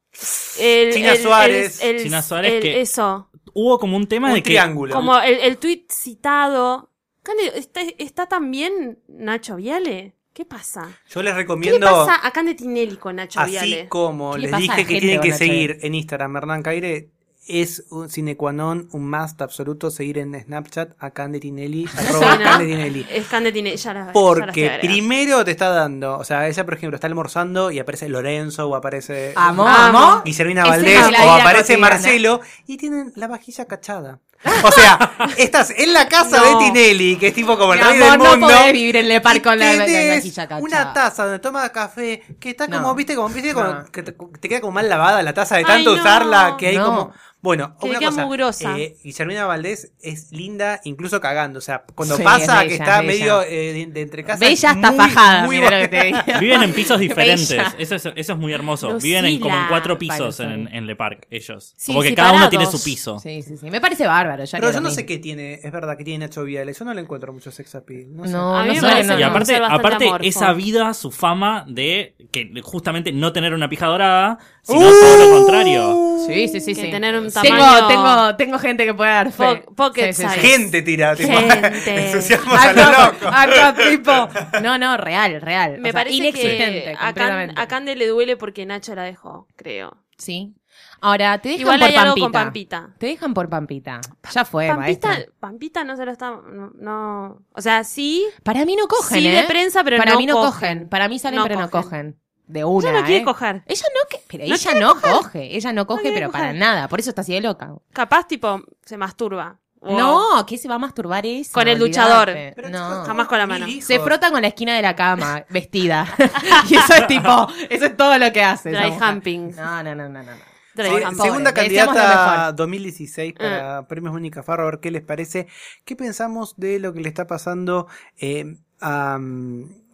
Speaker 7: el,
Speaker 9: China
Speaker 7: el-
Speaker 9: Suárez.
Speaker 7: el- el-
Speaker 9: China Suárez
Speaker 7: el-
Speaker 9: que-
Speaker 7: eso,
Speaker 9: Hubo como un tema
Speaker 10: Un
Speaker 9: de que.
Speaker 10: triángulo.
Speaker 7: como el, el tuit citado. Cande, ¿está, está también Nacho Viale? ¿Qué pasa?
Speaker 10: Yo les
Speaker 7: ¿Qué le
Speaker 10: recomiendo.
Speaker 7: pasa a Cande Tinelli con Nacho
Speaker 10: Así
Speaker 7: Viale?
Speaker 10: como
Speaker 7: ¿Qué
Speaker 10: les
Speaker 7: pasa a la
Speaker 10: dije que
Speaker 7: gente
Speaker 10: tienen
Speaker 7: con
Speaker 10: que
Speaker 7: la
Speaker 10: seguir en Instagram Hernán Caire, es un sine qua non, un must absoluto seguir en Snapchat a Cande Tinelli, arroba
Speaker 7: ¿no?
Speaker 10: Cande Tinelli.
Speaker 7: Es Cande Tinelli, ya la ya la
Speaker 10: Porque
Speaker 7: estoy agregando.
Speaker 10: primero te está dando, o sea, ella por ejemplo está almorzando y aparece Lorenzo o aparece
Speaker 8: Amo, amo.
Speaker 10: Guillermina
Speaker 8: Escena
Speaker 10: Valdés
Speaker 8: de la
Speaker 10: o
Speaker 8: vida
Speaker 10: aparece
Speaker 8: cotidiana.
Speaker 10: Marcelo y tienen la vajilla cachada. O sea, estás en la casa
Speaker 8: No.
Speaker 10: de Tinelli, que es tipo como el
Speaker 8: Mi
Speaker 10: rey
Speaker 8: amor,
Speaker 10: del
Speaker 8: no
Speaker 10: mundo.
Speaker 8: podés vivir en Le Parc
Speaker 10: y
Speaker 8: con la- la- la
Speaker 10: tenés
Speaker 8: vajilla cachada.
Speaker 10: Una taza donde toma café, que está
Speaker 8: No.
Speaker 10: como, viste, como, viste, como
Speaker 8: No.
Speaker 10: que te, te queda como mal lavada la taza de
Speaker 8: Ay,
Speaker 10: tanto
Speaker 8: no.
Speaker 10: usarla, que hay
Speaker 8: No.
Speaker 10: como. Bueno,
Speaker 8: Que
Speaker 10: una
Speaker 8: queda
Speaker 10: cosa,
Speaker 8: mugrosa.
Speaker 10: eh, Guillermina Valdés es linda incluso cagando. O sea, cuando
Speaker 8: Sí, es
Speaker 10: pasa que
Speaker 8: bella,
Speaker 10: está
Speaker 8: es
Speaker 10: medio
Speaker 8: bella.
Speaker 10: eh, de, de entre casa.
Speaker 8: Bella
Speaker 10: está
Speaker 8: hasta fajada, mirá lo que te
Speaker 10: [LAUGHS]
Speaker 8: digo.
Speaker 9: Viven en pisos diferentes.
Speaker 8: Bella.
Speaker 9: Eso es, eso es muy hermoso.
Speaker 8: Lucila.
Speaker 9: Viven en, como en cuatro pisos
Speaker 8: Parece.
Speaker 9: en, en Le Parc, ellos.
Speaker 8: Sí,
Speaker 9: como que cada uno
Speaker 8: separados.
Speaker 9: tiene su piso.
Speaker 8: Sí, sí, sí. Me parece bárbaro. Ya
Speaker 10: Pero
Speaker 8: que
Speaker 10: yo
Speaker 8: lo
Speaker 10: no
Speaker 8: mismo.
Speaker 10: sé qué tiene, es verdad que tiene Nacho Viale, yo no le encuentro mucho sex appeal. No, sé.
Speaker 8: No, A mí no me
Speaker 9: No, y aparte,
Speaker 8: ser bastante
Speaker 9: aparte
Speaker 8: amorfo.
Speaker 9: esa vida, su fama de que justamente no tener una pija dorada, sino todo lo contrario.
Speaker 8: Sí, sí, sí.
Speaker 7: que
Speaker 8: sí.
Speaker 7: tener un
Speaker 8: Tengo,
Speaker 7: tamaño-
Speaker 8: tengo, tengo gente que puede dar fe.
Speaker 7: Po- pocket
Speaker 8: Sí, sí, sí.
Speaker 7: size.
Speaker 10: Gente tira, tipo,
Speaker 9: [LAUGHS]
Speaker 7: Gente.
Speaker 10: ensuciamos a lo
Speaker 8: Acá-
Speaker 10: loco.
Speaker 8: acá, tipo. No, no, real, real.
Speaker 7: Me
Speaker 8: O sea,
Speaker 7: parece
Speaker 8: inexistente,
Speaker 7: que a, Can-
Speaker 8: completamente.
Speaker 7: a Cande le duele porque Nacha la dejó, creo.
Speaker 8: Sí. Ahora, te dejan
Speaker 7: Igual
Speaker 8: por
Speaker 7: hay
Speaker 8: Pampita.
Speaker 7: algo con Pampita.
Speaker 8: Te dejan por Pampita. Ya fue,
Speaker 7: Pampita,
Speaker 8: maestra.
Speaker 7: Pampita no se lo está. No, no- O sea, sí.
Speaker 8: Para mí no cogen,
Speaker 7: Sí,
Speaker 8: ¿eh?
Speaker 7: de prensa, pero
Speaker 8: Para
Speaker 7: no
Speaker 8: mí no cogen.
Speaker 7: cogen.
Speaker 8: Para mí salen,
Speaker 7: No
Speaker 8: pero no
Speaker 7: cogen.
Speaker 8: cogen. De una,
Speaker 7: Ella no quiere
Speaker 8: ¿eh?
Speaker 7: coger.
Speaker 8: Ella no, que- pero
Speaker 7: No
Speaker 8: ella
Speaker 7: quiere
Speaker 8: no
Speaker 7: coger.
Speaker 8: coge. Ella no coge,
Speaker 7: quiere
Speaker 8: pero para
Speaker 7: coger.
Speaker 8: nada. Por eso está así de loca.
Speaker 7: Capaz, tipo, se masturba. O
Speaker 8: No, ¿qué se va a masturbar eso?
Speaker 7: Con el
Speaker 8: Olvídate.
Speaker 7: duchador.
Speaker 8: No.
Speaker 7: Jamás con la mano.
Speaker 10: Mil hijos.
Speaker 8: Se frota con la esquina de la
Speaker 7: [LAUGHS]
Speaker 8: cama, vestida. [LAUGHS] y eso es tipo, eso es todo lo que hace. esa
Speaker 7: Dry
Speaker 8: mujer.
Speaker 7: humping.
Speaker 8: No, no, no, no, no. no.
Speaker 7: Dry
Speaker 10: Se-
Speaker 8: Pobre,
Speaker 7: humping.
Speaker 10: segunda
Speaker 8: le deseamos lo
Speaker 10: candidata
Speaker 8: mejor.
Speaker 10: 2016 para
Speaker 7: Ah.
Speaker 10: Premios Mónica Farro, a ver qué les parece. ¿Qué pensamos de lo que le está pasando eh, a...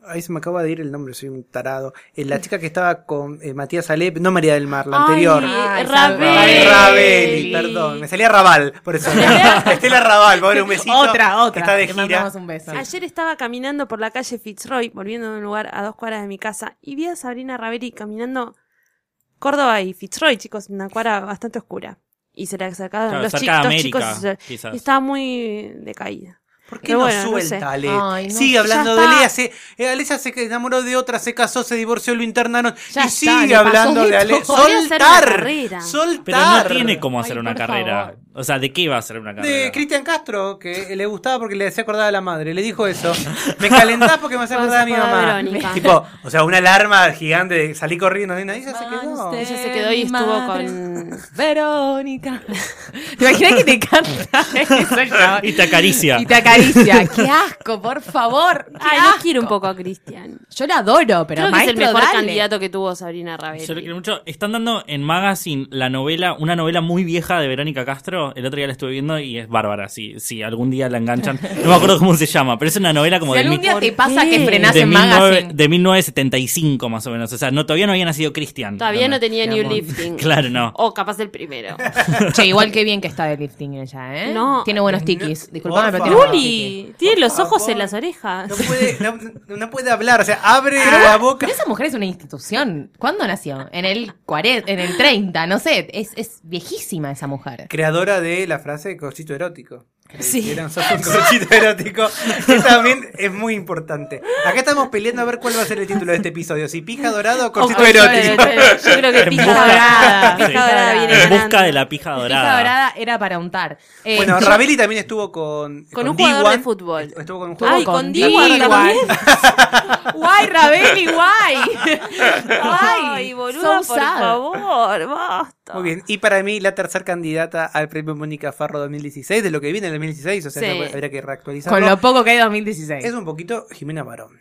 Speaker 10: Ahí se me acaba de ir el nombre, soy un tarado. Eh, la chica que estaba con eh, Matías Alep, no María del Mar, la anterior.
Speaker 7: Ay,
Speaker 8: Ay,
Speaker 7: Rabel.
Speaker 10: Ay, Rabeli, perdón. Me salía Raval, por eso. [LAUGHS] Estela Raval, pobre, un besito.
Speaker 8: Otra, otra.
Speaker 10: que Está de
Speaker 8: Le
Speaker 10: gira.
Speaker 8: mandamos un beso.
Speaker 7: Ayer estaba caminando por la calle Fitzroy, volviendo de un lugar a dos cuadras de mi casa, y vi a Sabrina Raveri caminando Córdoba y Fitzroy, chicos, en una cuadra bastante oscura. Y se le acercaron
Speaker 9: Claro,
Speaker 7: los,
Speaker 9: cerca
Speaker 7: chi-
Speaker 9: de
Speaker 7: dos
Speaker 9: América,
Speaker 7: chicos. y se-
Speaker 9: quizás.
Speaker 7: y estaba muy decaída.
Speaker 10: ¿Por qué
Speaker 7: Pero
Speaker 10: no
Speaker 7: bueno, no
Speaker 10: suelta
Speaker 7: sé.
Speaker 10: a Ale?
Speaker 8: Ay, no.
Speaker 10: Sigue hablando
Speaker 7: Ya
Speaker 10: de
Speaker 7: está.
Speaker 10: Lea. Se, eh, Alesia se enamoró de otra, se casó, se divorció, lo internaron.
Speaker 8: Ya está,
Speaker 10: y
Speaker 8: le
Speaker 10: sigue
Speaker 8: pasó
Speaker 10: hablando
Speaker 8: de
Speaker 10: de Ale.
Speaker 8: todo.
Speaker 7: Podría hacer una
Speaker 10: Soltar.
Speaker 7: carrera.
Speaker 10: Soltar.
Speaker 9: Pero no tiene cómo hacer
Speaker 8: Ay,
Speaker 9: una
Speaker 8: por
Speaker 9: carrera.
Speaker 8: favor.
Speaker 9: O sea, ¿de qué va a hacer una carrera?
Speaker 10: De Cristian Castro, que le gustaba porque le hacía acordar a la madre. Le dijo eso. Me calentás porque me hacía acordar a mi
Speaker 7: Vamos a
Speaker 10: mamá.
Speaker 7: acordar
Speaker 10: [LAUGHS]
Speaker 7: a Verónica.
Speaker 10: Tipo, o sea, una alarma gigante de salí corriendo. nena, Y ella se quedó.
Speaker 8: Van
Speaker 7: Ella se quedó y estuvo
Speaker 8: madre.
Speaker 7: con.
Speaker 8: [LAUGHS] Verónica. [LAUGHS] ¿Te imaginas que te
Speaker 7: [LAUGHS]
Speaker 8: canta? Eso ya-
Speaker 9: Y te acaricia.
Speaker 8: Y te acaricia. ¡Qué asco, por favor! ¡Qué
Speaker 7: Ay, no
Speaker 8: asco!
Speaker 7: quiero un poco a Cristian.
Speaker 8: Yo la adoro, pero
Speaker 7: Creo que es
Speaker 8: maestro,
Speaker 7: el mejor
Speaker 8: dale.
Speaker 7: candidato que tuvo Sabrina Raveri.
Speaker 9: Yo lo quiero mucho. Están dando en Magazine la novela, una novela muy vieja de Verónica Castro. El otro día la estuve viendo y es bárbara. Si, si algún día la
Speaker 7: [LAUGHS]
Speaker 9: enganchan, no me acuerdo cómo se llama, pero es una novela como
Speaker 8: Si
Speaker 9: del
Speaker 8: algún
Speaker 9: mi-
Speaker 8: día te
Speaker 7: ¿Por
Speaker 8: pasa
Speaker 7: qué?
Speaker 8: que frenás
Speaker 9: de,
Speaker 8: en
Speaker 9: 19
Speaker 8: magazine.
Speaker 9: de 1975 más o menos. O sea, no, todavía no había nacido Cristian.
Speaker 7: Todavía no tenía
Speaker 8: Mi
Speaker 7: New
Speaker 8: amor.
Speaker 9: [LAUGHS]
Speaker 7: Lifting.
Speaker 9: Claro, no.
Speaker 7: O capaz el
Speaker 9: [LAUGHS]
Speaker 7: primero.
Speaker 8: Che, igual que bien que está de lifting ella, ¿eh?
Speaker 7: No.
Speaker 8: Tiene buenos
Speaker 10: No,
Speaker 8: tiquis. Disculpame,
Speaker 10: por
Speaker 8: pero tiene
Speaker 10: favor.
Speaker 8: buenos tiquis.
Speaker 7: Juli, tiene los
Speaker 10: Por
Speaker 7: ojos
Speaker 10: favor.
Speaker 7: en las orejas.
Speaker 10: No puede, no, no puede hablar, o sea, abre la boca.
Speaker 8: Pero esa mujer es una institución. ¿Cuándo nació? En el 40, en el 30, no sé. Es, es viejísima esa mujer.
Speaker 10: creadora de la frase cosito erótico. Que le
Speaker 7: Sí.
Speaker 10: dijeran, "Sos
Speaker 7: [LAUGHS]
Speaker 10: un cosito erótico. Que también es muy importante. Acá estamos peleando a ver cuál va a ser el título de este episodio. Si pija dorado o
Speaker 7: Ojo,
Speaker 10: cosito
Speaker 7: yo-
Speaker 10: erótico.
Speaker 7: Yo yo creo que
Speaker 9: En
Speaker 7: pija
Speaker 9: busca-
Speaker 7: dorada.
Speaker 9: Sí.
Speaker 7: Pija dorada viene
Speaker 9: En
Speaker 7: ganando.
Speaker 9: busca de la pija dorada.
Speaker 8: Pizza dorada era para untar. Eh,
Speaker 10: Bueno,
Speaker 8: yo-
Speaker 10: Rabeli también estuvo con.
Speaker 7: Con un jugador
Speaker 10: D1.
Speaker 7: de fútbol.
Speaker 10: Estuvo con un jugador.
Speaker 7: Ay,
Speaker 8: Con
Speaker 7: con Diwan
Speaker 8: Diwan.
Speaker 7: también.
Speaker 8: [LAUGHS] Guay, Rabeli, guay.
Speaker 7: Ay, boluda,
Speaker 8: so
Speaker 7: por
Speaker 8: sad.
Speaker 7: favor, basta.
Speaker 10: Muy bien. Y para mí, la tercer candidata al premio Mónica Farro 2016, de lo que viene en 2016, o sea,
Speaker 7: Sí.
Speaker 10: no- habría que reactualizarlo.
Speaker 8: Con lo poco que hay 2016.
Speaker 10: Es un poquito Jimena Barón.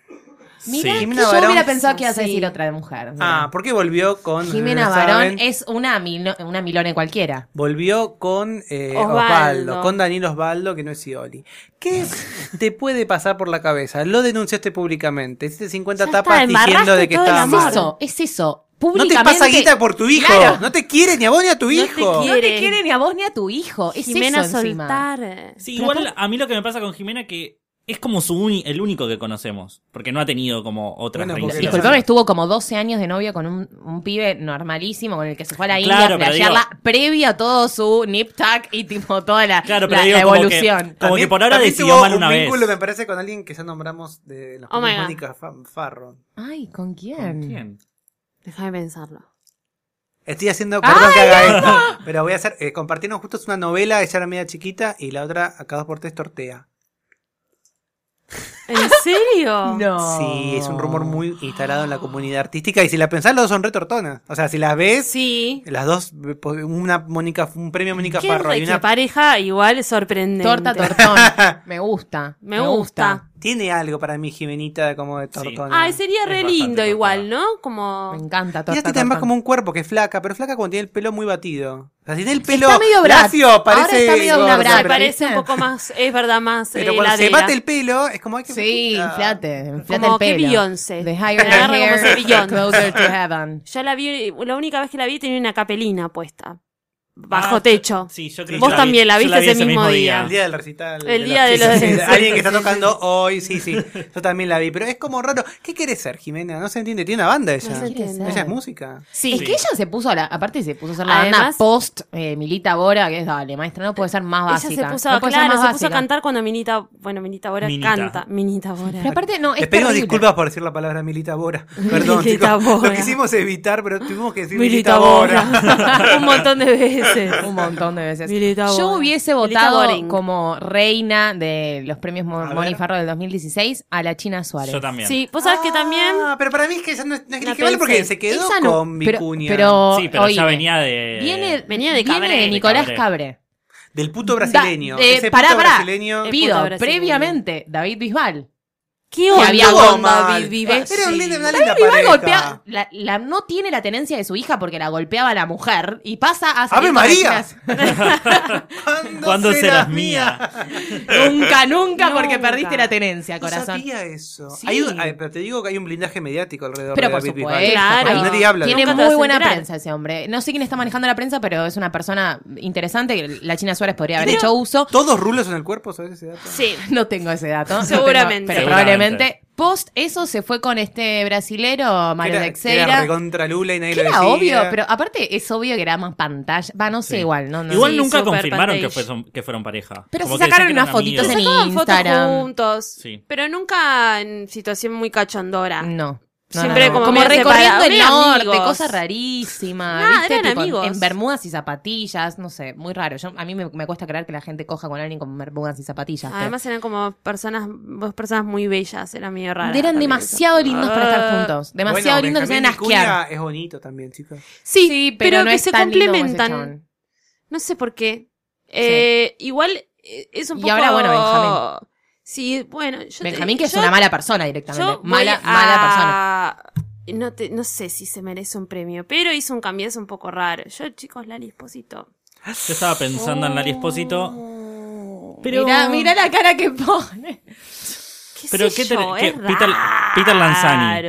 Speaker 8: Mira,
Speaker 9: Sí.
Speaker 10: Jimena
Speaker 8: yo
Speaker 10: Barón.
Speaker 8: hubiera pensado que ibas a
Speaker 7: Sí.
Speaker 8: decir otra de mujer.
Speaker 10: Ah,
Speaker 8: Mira.
Speaker 10: ¿por qué volvió con.
Speaker 8: Jimena
Speaker 10: ¿saben?
Speaker 8: Barón es una, milo- una milone cualquiera.
Speaker 10: Volvió con eh,
Speaker 7: Osvaldo.
Speaker 10: Osvaldo. con Daniel Osvaldo, que no es Ioli. ¿Qué
Speaker 7: [LAUGHS]
Speaker 10: te puede pasar por la cabeza? Lo denunciaste públicamente. Hiciste 50
Speaker 7: Ya está,
Speaker 10: tapas diciendo
Speaker 7: embarraste
Speaker 10: de que
Speaker 7: todo el
Speaker 10: estaba
Speaker 8: Es
Speaker 7: amor.
Speaker 10: mal.
Speaker 8: eso, es eso.
Speaker 10: No te
Speaker 8: Públicamente.
Speaker 10: pasa guita por tu hijo.
Speaker 8: Claro.
Speaker 10: No te quiere ni a vos ni a tu
Speaker 7: te
Speaker 10: hijo.
Speaker 7: quiere.
Speaker 8: No te quiere ni a vos ni a tu hijo. Es
Speaker 7: Jimena
Speaker 8: eso encima.
Speaker 7: soltar. eh.
Speaker 9: Sí,
Speaker 8: Pero
Speaker 9: igual
Speaker 8: aparte-
Speaker 9: a mí lo que me pasa con Jimena que es como su uni- el único que conocemos. Porque no ha tenido como otras
Speaker 10: Bueno, porque-
Speaker 9: relaciones.
Speaker 8: Disculpame, estuvo como 12 años de novio con un, un pibe normalísimo con el que se fue a la India
Speaker 9: Claro,
Speaker 8: a
Speaker 9: pero
Speaker 8: flashearla previo a todo su nip tac y tipo toda la,
Speaker 9: Claro, pero
Speaker 8: la-
Speaker 9: digo
Speaker 8: la
Speaker 9: como que-
Speaker 8: evolución.
Speaker 9: Como que por ahora
Speaker 10: también
Speaker 9: decidió
Speaker 10: tuvo
Speaker 9: mal una
Speaker 10: un
Speaker 9: vez.
Speaker 10: vínculo, me parece, con alguien que ya nombramos de los
Speaker 7: Oh my
Speaker 10: premios
Speaker 7: God.
Speaker 10: Mónica Fa- Farro.
Speaker 8: Ay, ¿con quién?
Speaker 9: ¿Con quién?
Speaker 7: Déjame pensarlo.
Speaker 10: Estoy haciendo,
Speaker 8: Ah,
Speaker 10: perdón que haga esto, pero voy a hacer, eh, compartieron justo es una novela, ella era media chiquita y la otra a cada dos por tres tortea.
Speaker 7: ¿En
Speaker 10: [LAUGHS]
Speaker 7: serio?
Speaker 8: No.
Speaker 10: Sí, es un rumor muy instalado en la comunidad artística. Y si la pensás, las dos son retortonas. O sea, si las ves,
Speaker 7: Sí.
Speaker 10: las dos, eh, po- una Mónica, un premio Mónica
Speaker 7: Qué
Speaker 10: Farro y
Speaker 7: requia
Speaker 10: una.
Speaker 7: pareja igual es sorprendente.
Speaker 8: Torta tortón. Me gusta.
Speaker 7: Me gusta.
Speaker 10: Tiene algo para mí, Jimenita, como de tortona.
Speaker 7: Ay, sería re
Speaker 9: Es bastante
Speaker 7: lindo igual,
Speaker 9: torta.
Speaker 7: ¿no?
Speaker 8: Me
Speaker 7: Como...
Speaker 8: encanta
Speaker 10: Y
Speaker 8: torta
Speaker 10: tiene más
Speaker 8: tortón.
Speaker 10: como un cuerpo que es flaca, pero flaca cuando tiene el pelo muy batido. O sea, si tiene el pelo.
Speaker 8: Está medio brat.
Speaker 10: lacio,
Speaker 8: Ahora
Speaker 10: parece
Speaker 8: está medio una
Speaker 10: gorda,
Speaker 8: brat,
Speaker 10: pero-
Speaker 7: Me parece un
Speaker 8: ¿viste?
Speaker 7: poco más, es verdad, más
Speaker 10: Pero
Speaker 7: eh,
Speaker 10: cuando se
Speaker 7: heladera.
Speaker 10: bate el pelo, es como hay que.
Speaker 8: Sí,
Speaker 10: Ah.
Speaker 8: inflate, inflate
Speaker 7: Como
Speaker 8: el
Speaker 7: que
Speaker 8: pelo.
Speaker 7: Beyoncé.
Speaker 8: The
Speaker 7: Me
Speaker 8: higher the [LAUGHS]
Speaker 7: agarra como
Speaker 8: hair,
Speaker 7: ese Beyoncé.
Speaker 8: closer to heaven.
Speaker 7: Yo la vi, la única vez que la vi tenía una capelina puesta. bajo
Speaker 9: Ah,
Speaker 7: techo.
Speaker 9: sí, yo creo que
Speaker 7: Vos
Speaker 9: yo la vi-
Speaker 7: también la
Speaker 9: yo
Speaker 7: viste
Speaker 9: la vi
Speaker 7: ese mismo día.
Speaker 10: El día del recital.
Speaker 7: El
Speaker 10: de
Speaker 7: día de
Speaker 10: sí,
Speaker 7: los-
Speaker 10: sí, sí,
Speaker 7: sí,
Speaker 10: Alguien que está
Speaker 7: sí, sí,
Speaker 10: tocando hoy, sí, sí. Yo también la vi, pero es como raro. ¿Qué quiere ser, Jimena? No se entiende. Tiene una banda ella.
Speaker 7: No se entiende.
Speaker 10: Ella es música.
Speaker 7: Sí.
Speaker 8: Es que ella se puso a la, aparte se puso a hacer la banda
Speaker 7: Además-
Speaker 8: post eh, Milita Bora, que es dale, maestra, no puede ser más
Speaker 7: Ella
Speaker 8: básica.
Speaker 7: se puso,
Speaker 8: no puede ser
Speaker 7: claro,
Speaker 8: más
Speaker 7: se puso a
Speaker 8: básica.
Speaker 7: cantar cuando Minita, bueno, Minita Bora
Speaker 9: Minita.
Speaker 7: canta. Minita
Speaker 8: Pero
Speaker 7: [LAUGHS] Bora.
Speaker 8: aparte no, es
Speaker 10: Les pedimos
Speaker 8: terrible.
Speaker 10: disculpas oh, por decir la palabra Milita
Speaker 7: [LAUGHS]
Speaker 10: Bora. Perdón,
Speaker 7: Milita
Speaker 10: chicos. Lo
Speaker 7: Bora.
Speaker 10: quisimos evitar, pero tuvimos que decir Milita,
Speaker 7: Milita
Speaker 10: Bora.
Speaker 7: Bora. Un montón de veces.
Speaker 8: [LAUGHS] Un montón de veces.
Speaker 7: Milita
Speaker 8: Yo
Speaker 7: Bora.
Speaker 8: hubiese
Speaker 7: Milita
Speaker 8: votado
Speaker 7: Boring.
Speaker 8: como reina de los premios Mo-
Speaker 10: ver.
Speaker 8: Moni Farro del 2016 a la China Suárez.
Speaker 9: Yo también.
Speaker 7: Sí, [LAUGHS] vos sabés que también.
Speaker 10: Ah, pero para mí es que ella no es no es
Speaker 7: La
Speaker 10: elegible porque
Speaker 7: pensé.
Speaker 10: se quedó
Speaker 8: Esa no-
Speaker 10: con
Speaker 8: pero-
Speaker 10: Vicuña.
Speaker 8: Pero,
Speaker 9: Sí, pero ya
Speaker 8: oíme,
Speaker 9: venía de.
Speaker 8: Viene,
Speaker 7: Venía de Cabré,
Speaker 8: Viene de
Speaker 7: de
Speaker 8: Nicolás
Speaker 9: Cabré.
Speaker 8: Cabré.
Speaker 10: Del puto brasileño.
Speaker 8: Da- eh,
Speaker 10: Ese
Speaker 8: pará,
Speaker 10: puto
Speaker 8: pará.
Speaker 10: brasileño.
Speaker 7: El
Speaker 8: Pido
Speaker 7: puto brasileño.
Speaker 8: previamente David Bisbal.
Speaker 7: ¿Qué
Speaker 8: Que
Speaker 7: onda
Speaker 8: había
Speaker 7: con
Speaker 10: Estuvo mal.
Speaker 7: David Bisbal?
Speaker 10: Era un
Speaker 7: Sí.
Speaker 10: lindo, una linda
Speaker 8: Bisbal
Speaker 10: pareja.
Speaker 8: golpea. La, la- no tiene la tenencia de su hija porque la golpeaba la mujer y pasa a. salir con
Speaker 10: ¡Ave
Speaker 8: la
Speaker 10: María!
Speaker 8: China-
Speaker 10: [LAUGHS] ¿Cuándo,
Speaker 9: ¿Cuándo serás mía?
Speaker 10: [LAUGHS]
Speaker 8: nunca, nunca, porque
Speaker 7: Nunca.
Speaker 8: perdiste la tenencia,
Speaker 10: No
Speaker 8: corazón.
Speaker 10: sabía eso.
Speaker 8: Sí.
Speaker 10: Hay un- ay, pero te digo que hay un blindaje mediático alrededor
Speaker 8: Pero
Speaker 10: de
Speaker 8: por
Speaker 10: David
Speaker 8: supuesto,
Speaker 10: Bisbal.
Speaker 7: Claro.
Speaker 10: Ay, nadie habla. de
Speaker 8: tiene
Speaker 10: eso.
Speaker 7: Nunca te vas
Speaker 8: muy
Speaker 7: a
Speaker 8: buena
Speaker 7: enterar.
Speaker 8: prensa ese hombre. No sé quién está manejando la prensa, pero es una persona interesante. que La China Suárez podría haber
Speaker 10: Creo-
Speaker 8: hecho uso.
Speaker 10: ¿Todos rulos en el cuerpo? ¿Sabes ese dato?
Speaker 7: Sí.
Speaker 8: [LAUGHS] No tengo ese dato. no
Speaker 7: Seguramente.
Speaker 8: tengo, pero
Speaker 9: Seguramente.
Speaker 8: probablemente. Post eso se fue con este brasilero,
Speaker 10: Que
Speaker 8: Mario
Speaker 10: era,
Speaker 8: Teixeira.
Speaker 10: era recontra Lula y nadie
Speaker 8: Que
Speaker 10: lo
Speaker 8: era
Speaker 10: decía.
Speaker 8: obvio, pero aparte es obvio que era más pantalla. Va, no sé,
Speaker 9: Sí.
Speaker 8: igual, no, no.
Speaker 9: Igual
Speaker 7: Sí,
Speaker 9: nunca
Speaker 7: super
Speaker 9: confirmaron que,
Speaker 7: pantalla.
Speaker 9: fueron- que fueron pareja.
Speaker 8: Pero
Speaker 9: Como
Speaker 8: se
Speaker 9: que
Speaker 8: sacaron
Speaker 9: decían que eran
Speaker 8: unas
Speaker 9: amigos.
Speaker 8: fotitos en
Speaker 7: Sacaban
Speaker 8: Instagram.
Speaker 7: fotos juntos.
Speaker 9: Sí.
Speaker 7: Pero nunca en situación muy cachondora.
Speaker 8: No. No,
Speaker 7: Siempre
Speaker 8: no, no.
Speaker 7: como medio
Speaker 8: recorriendo
Speaker 7: separado.
Speaker 8: el
Speaker 7: Eran
Speaker 8: norte,
Speaker 7: amigos.
Speaker 8: cosa rarísima.
Speaker 7: Nada,
Speaker 8: ¿viste?
Speaker 7: eran
Speaker 8: Tipo,
Speaker 7: amigos.
Speaker 8: En bermudas y zapatillas, no sé, muy raro. Yo, a mí me, me cuesta creer que la gente coja con alguien con bermudas y zapatillas. pero-
Speaker 7: Además eran como personas, dos personas muy bellas, era medio raro.
Speaker 8: eran demasiado lindos para estar juntos.
Speaker 10: Ah. Bueno,
Speaker 8: Demasiado lindos que se
Speaker 10: Benjamín
Speaker 8: iban a asquear.
Speaker 10: Vicuña Es bonito también, chicos.
Speaker 7: Sí, pero,
Speaker 8: no
Speaker 7: que
Speaker 8: es
Speaker 7: se
Speaker 8: tan lindo como ese
Speaker 7: complementan.
Speaker 8: chabón.
Speaker 7: No sé por qué. Eh, Igual eh, es un
Speaker 8: Y
Speaker 7: poco.
Speaker 8: ahora, bueno, Benjamín.
Speaker 7: Sí, bueno, yo te-
Speaker 8: Benjamín, que es
Speaker 7: yo-
Speaker 8: una mala persona directamente.
Speaker 7: yo voy
Speaker 8: Mala,
Speaker 7: a-
Speaker 8: mala persona.
Speaker 7: No, te, no sé si se merece un premio, pero hizo un cambiazo un poco raro. Yo, chicos, Lali Esposito.
Speaker 9: Yo estaba pensando en Lali Espósito. Pero-
Speaker 8: Mirá, mirá la cara que pone.
Speaker 7: ¿Qué
Speaker 9: Pero
Speaker 7: sé
Speaker 9: ¿qué te-
Speaker 7: yo?
Speaker 9: qué-
Speaker 7: Es
Speaker 9: Peter-
Speaker 7: raro.
Speaker 9: Peter Lanzani.